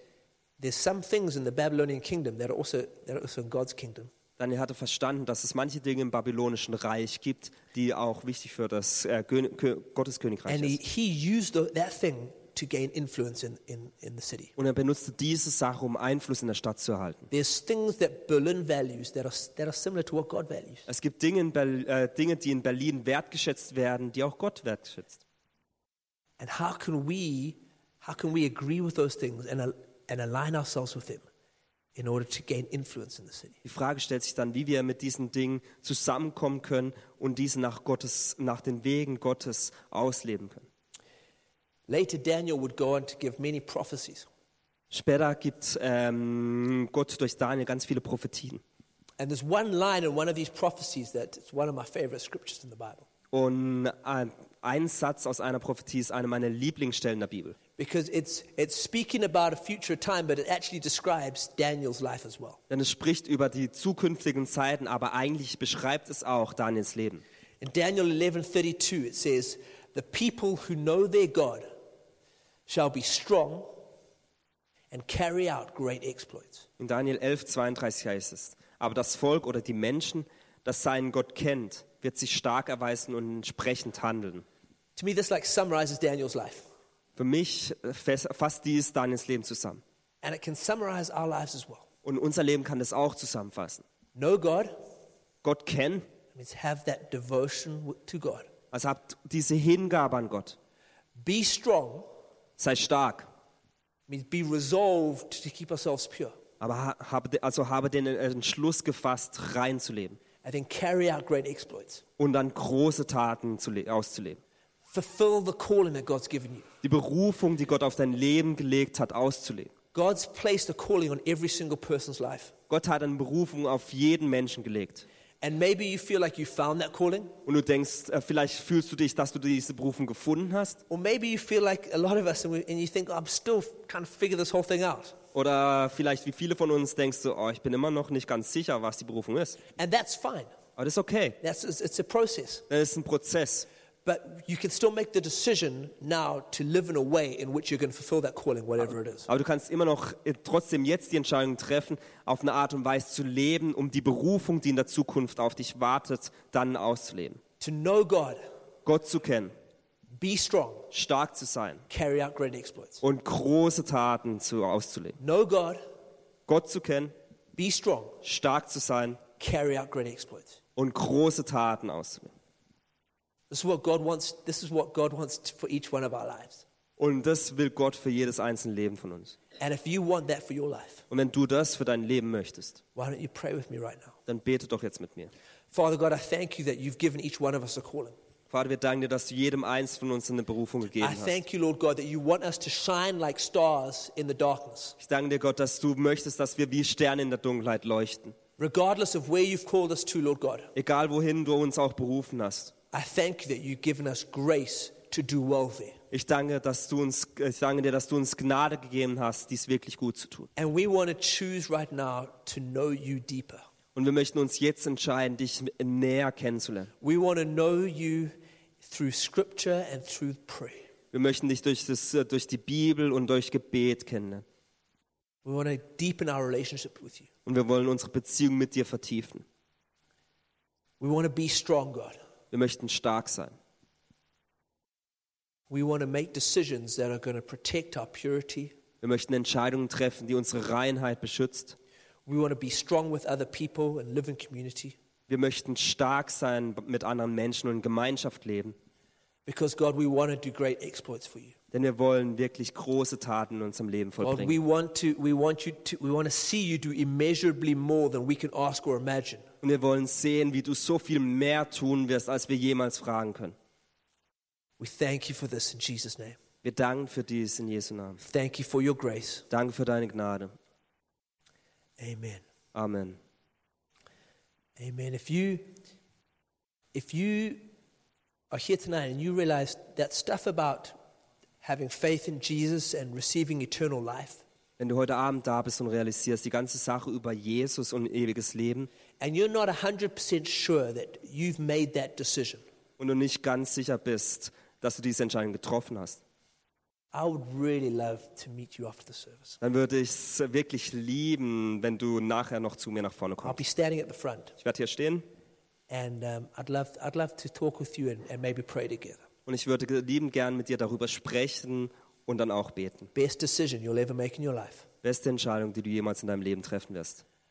Speaker 1: there's some things in the Babylonian kingdom that are also, that are also in God's kingdom.
Speaker 2: Daniel hatte verstanden, dass es manche Dinge im babylonischen Reich gibt, die auch wichtig für das äh, Kö- Kö- Gottes Königreich
Speaker 1: And he,
Speaker 2: ist.
Speaker 1: he used tho- that thing to gain influence in, in, in the city.
Speaker 2: Und er benutzte diese Sache, um Einfluss in der Stadt zu erhalten.
Speaker 1: There's things that Berlin values that are, s- that are similar to what God values.
Speaker 2: Es gibt Dinge, in Berl- äh, Dinge, die in Berlin wertgeschätzt werden, die auch Gott wertschätzt.
Speaker 1: And how can we, how can we agree with those things and, al- and align ourselves with them in order to gain influence in the city?
Speaker 2: Die Frage stellt sich dann, wie wir mit diesen Dingen zusammenkommen können und diese nach, Gottes, nach den Wegen Gottes ausleben können.
Speaker 1: Later, Daniel would go on to give many prophecies.
Speaker 2: Später gibt ähm, Gott durch Daniel ganz viele Prophetien.
Speaker 1: And there's one line in one of these prophecies that it's one of my favorite scriptures in the Bible.
Speaker 2: Und ein, ein Satz aus einer Prophetie ist eine meiner Lieblingsstellen der Bibel.
Speaker 1: Because it's, it's speaking about a future time, but it actually describes Daniel's life as well.
Speaker 2: Denn es spricht über die zukünftigen Zeiten, aber eigentlich beschreibt es auch Daniels Leben.
Speaker 1: In Daniel 11:32 it says, "The people who know their God shall be strong and carry out great exploits."
Speaker 2: In Daniel 11, 32 heißt es, aber das Volk oder die Menschen, das seinen Gott kennt, wird sich stark erweisen und entsprechend handeln.
Speaker 1: To me this like summarizes Daniel's life,
Speaker 2: Für mich äh, fes- fasst dies Daniels Leben zusammen.
Speaker 1: and it can summarize our lives as well.
Speaker 2: Und unser Leben kann das auch zusammenfassen.
Speaker 1: Know God
Speaker 2: Gott kennen,
Speaker 1: means have that devotion w- to God.
Speaker 2: also habt diese Hingabe an Gott.
Speaker 1: Be strong
Speaker 2: Sei stark,
Speaker 1: means be resolved to keep ourselves pure.
Speaker 2: aber ha- habe, de- also habe den Entschluss gefasst, reinzuleben
Speaker 1: And then carry out great exploits.
Speaker 2: und dann große Taten zu le- auszuleben.
Speaker 1: Fulfill the calling that God's given you.
Speaker 2: Die Berufung, die Gott auf dein Leben gelegt hat, auszuleben.
Speaker 1: God's placed a calling on every single person's life.
Speaker 2: Gott hat eine Berufung auf jeden Menschen gelegt.
Speaker 1: And maybe you feel like you found that calling,
Speaker 2: und du denkst, äh, vielleicht fühlst du dich, dass du diese Berufung gefunden hast
Speaker 1: or maybe you feel like a lot of us and, we, and you think, "Oh, I'm still trying to figure this whole thing out.
Speaker 2: oder vielleicht wie viele von uns denkst du, oh, ich bin immer noch nicht ganz sicher, was die Berufung ist.
Speaker 1: And that's fine.
Speaker 2: Aber das ist okay,
Speaker 1: That's, it's, it's a process.
Speaker 2: das ist ein Prozess.
Speaker 1: But you can still make the decision now to live in a way in which you're going to fulfill that calling, whatever it is.
Speaker 2: Aber du kannst immer noch äh, trotzdem jetzt die Entscheidung treffen, auf eine Art und Weise zu leben, um die Berufung, die in der Zukunft auf dich wartet, dann auszuleben.
Speaker 1: To know God,
Speaker 2: Gott zu kennen,
Speaker 1: Be strong,
Speaker 2: stark zu sein
Speaker 1: carry out great exploits.
Speaker 2: und große Taten zu, auszuleben.
Speaker 1: Know God,
Speaker 2: Gott zu kennen,
Speaker 1: be strong,
Speaker 2: stark zu sein
Speaker 1: carry out great exploits.
Speaker 2: und große Taten auszuleben.
Speaker 1: This is what God wants. This is what God wants t- for each one of our lives.
Speaker 2: Und das will Gott für jedes einzelne Leben von uns.
Speaker 1: And if you want that for your life,
Speaker 2: Und wenn du das für dein Leben möchtest,
Speaker 1: why don't you pray with me right now?
Speaker 2: dann bete doch jetzt mit mir.
Speaker 1: Father God, I thank you that you've given each one of us a calling.
Speaker 2: Vater, wir danken dir, dass du jedem eins von uns eine Berufung gegeben
Speaker 1: I
Speaker 2: hast.
Speaker 1: thank you, Lord God, that you want us to shine like stars in the darkness.
Speaker 2: Ich danke dir, Gott, dass du möchtest, dass wir wie Sterne in der Dunkelheit leuchten.
Speaker 1: Regardless of where you've called us to, Lord God,
Speaker 2: Egal wohin du uns auch berufen hast.
Speaker 1: I thank you that you've given us grace to do well there.
Speaker 2: Ich danke, dass du uns, ich danke dir, dass du uns Gnade gegeben hast, dies wirklich gut zu tun.
Speaker 1: And we want to choose right now to know you deeper.
Speaker 2: Und wir möchten uns jetzt entscheiden, dich näher kennenzulernen.
Speaker 1: We want to know you through scripture and through prayer.
Speaker 2: Wir möchten dich durch, das, äh, durch die Bibel und durch Gebet kennenlernen.
Speaker 1: We want to deepen our relationship with you.
Speaker 2: Und wir wollen unsere Beziehung mit dir vertiefen.
Speaker 1: We want to be strong, God.
Speaker 2: Wir möchten stark sein.
Speaker 1: We want to make decisions that are going to protect our purity.
Speaker 2: Wir möchten Entscheidungen treffen, die unsere Reinheit beschützt.
Speaker 1: We want to be strong with other people and live in community.
Speaker 2: Wir möchten stark sein mit anderen Menschen und in Gemeinschaft leben.
Speaker 1: Because, God, we want to do great exploits for you.
Speaker 2: Denn wir wollen wirklich große Taten in unserem Leben
Speaker 1: God,
Speaker 2: vollbringen.
Speaker 1: we want, to, we, want you to, we want to see you do immeasurably more than we can ask or imagine.
Speaker 2: Und wir wollen sehen, wie du so viel mehr tun wirst, als wir jemals fragen können.
Speaker 1: We thank you for this in Jesus' name.
Speaker 2: Wir danken für dies in Jesu Namen.
Speaker 1: Thank you for your grace.
Speaker 2: Danke für deine Gnade.
Speaker 1: Amen.
Speaker 2: Amen.
Speaker 1: Amen. If you if you are here tonight and you realize that stuff about having faith in Jesus and receiving eternal life,
Speaker 2: Wenn du heute Abend da bist und realisierst, die ganze Sache über Jesus und ewiges Leben
Speaker 1: and you're not 100% sure that you've made that decision,
Speaker 2: und du nicht ganz sicher bist, dass du diese Entscheidung getroffen hast,
Speaker 1: I would really love to meet you after the service.
Speaker 2: dann würde ich es wirklich lieben, wenn du nachher noch zu mir nach vorne
Speaker 1: I'll
Speaker 2: kommst.
Speaker 1: be standing at the front
Speaker 2: Ich werde hier stehen
Speaker 1: and um, I'd, love, I'd love to talk with you and, and maybe pray together.
Speaker 2: und ich würde ge- lieben gern mit dir darüber sprechen und dann auch beten.
Speaker 1: Best decision you'll ever make in your life.
Speaker 2: Beste Entscheidung, die du jemals in deinem Leben treffen wirst.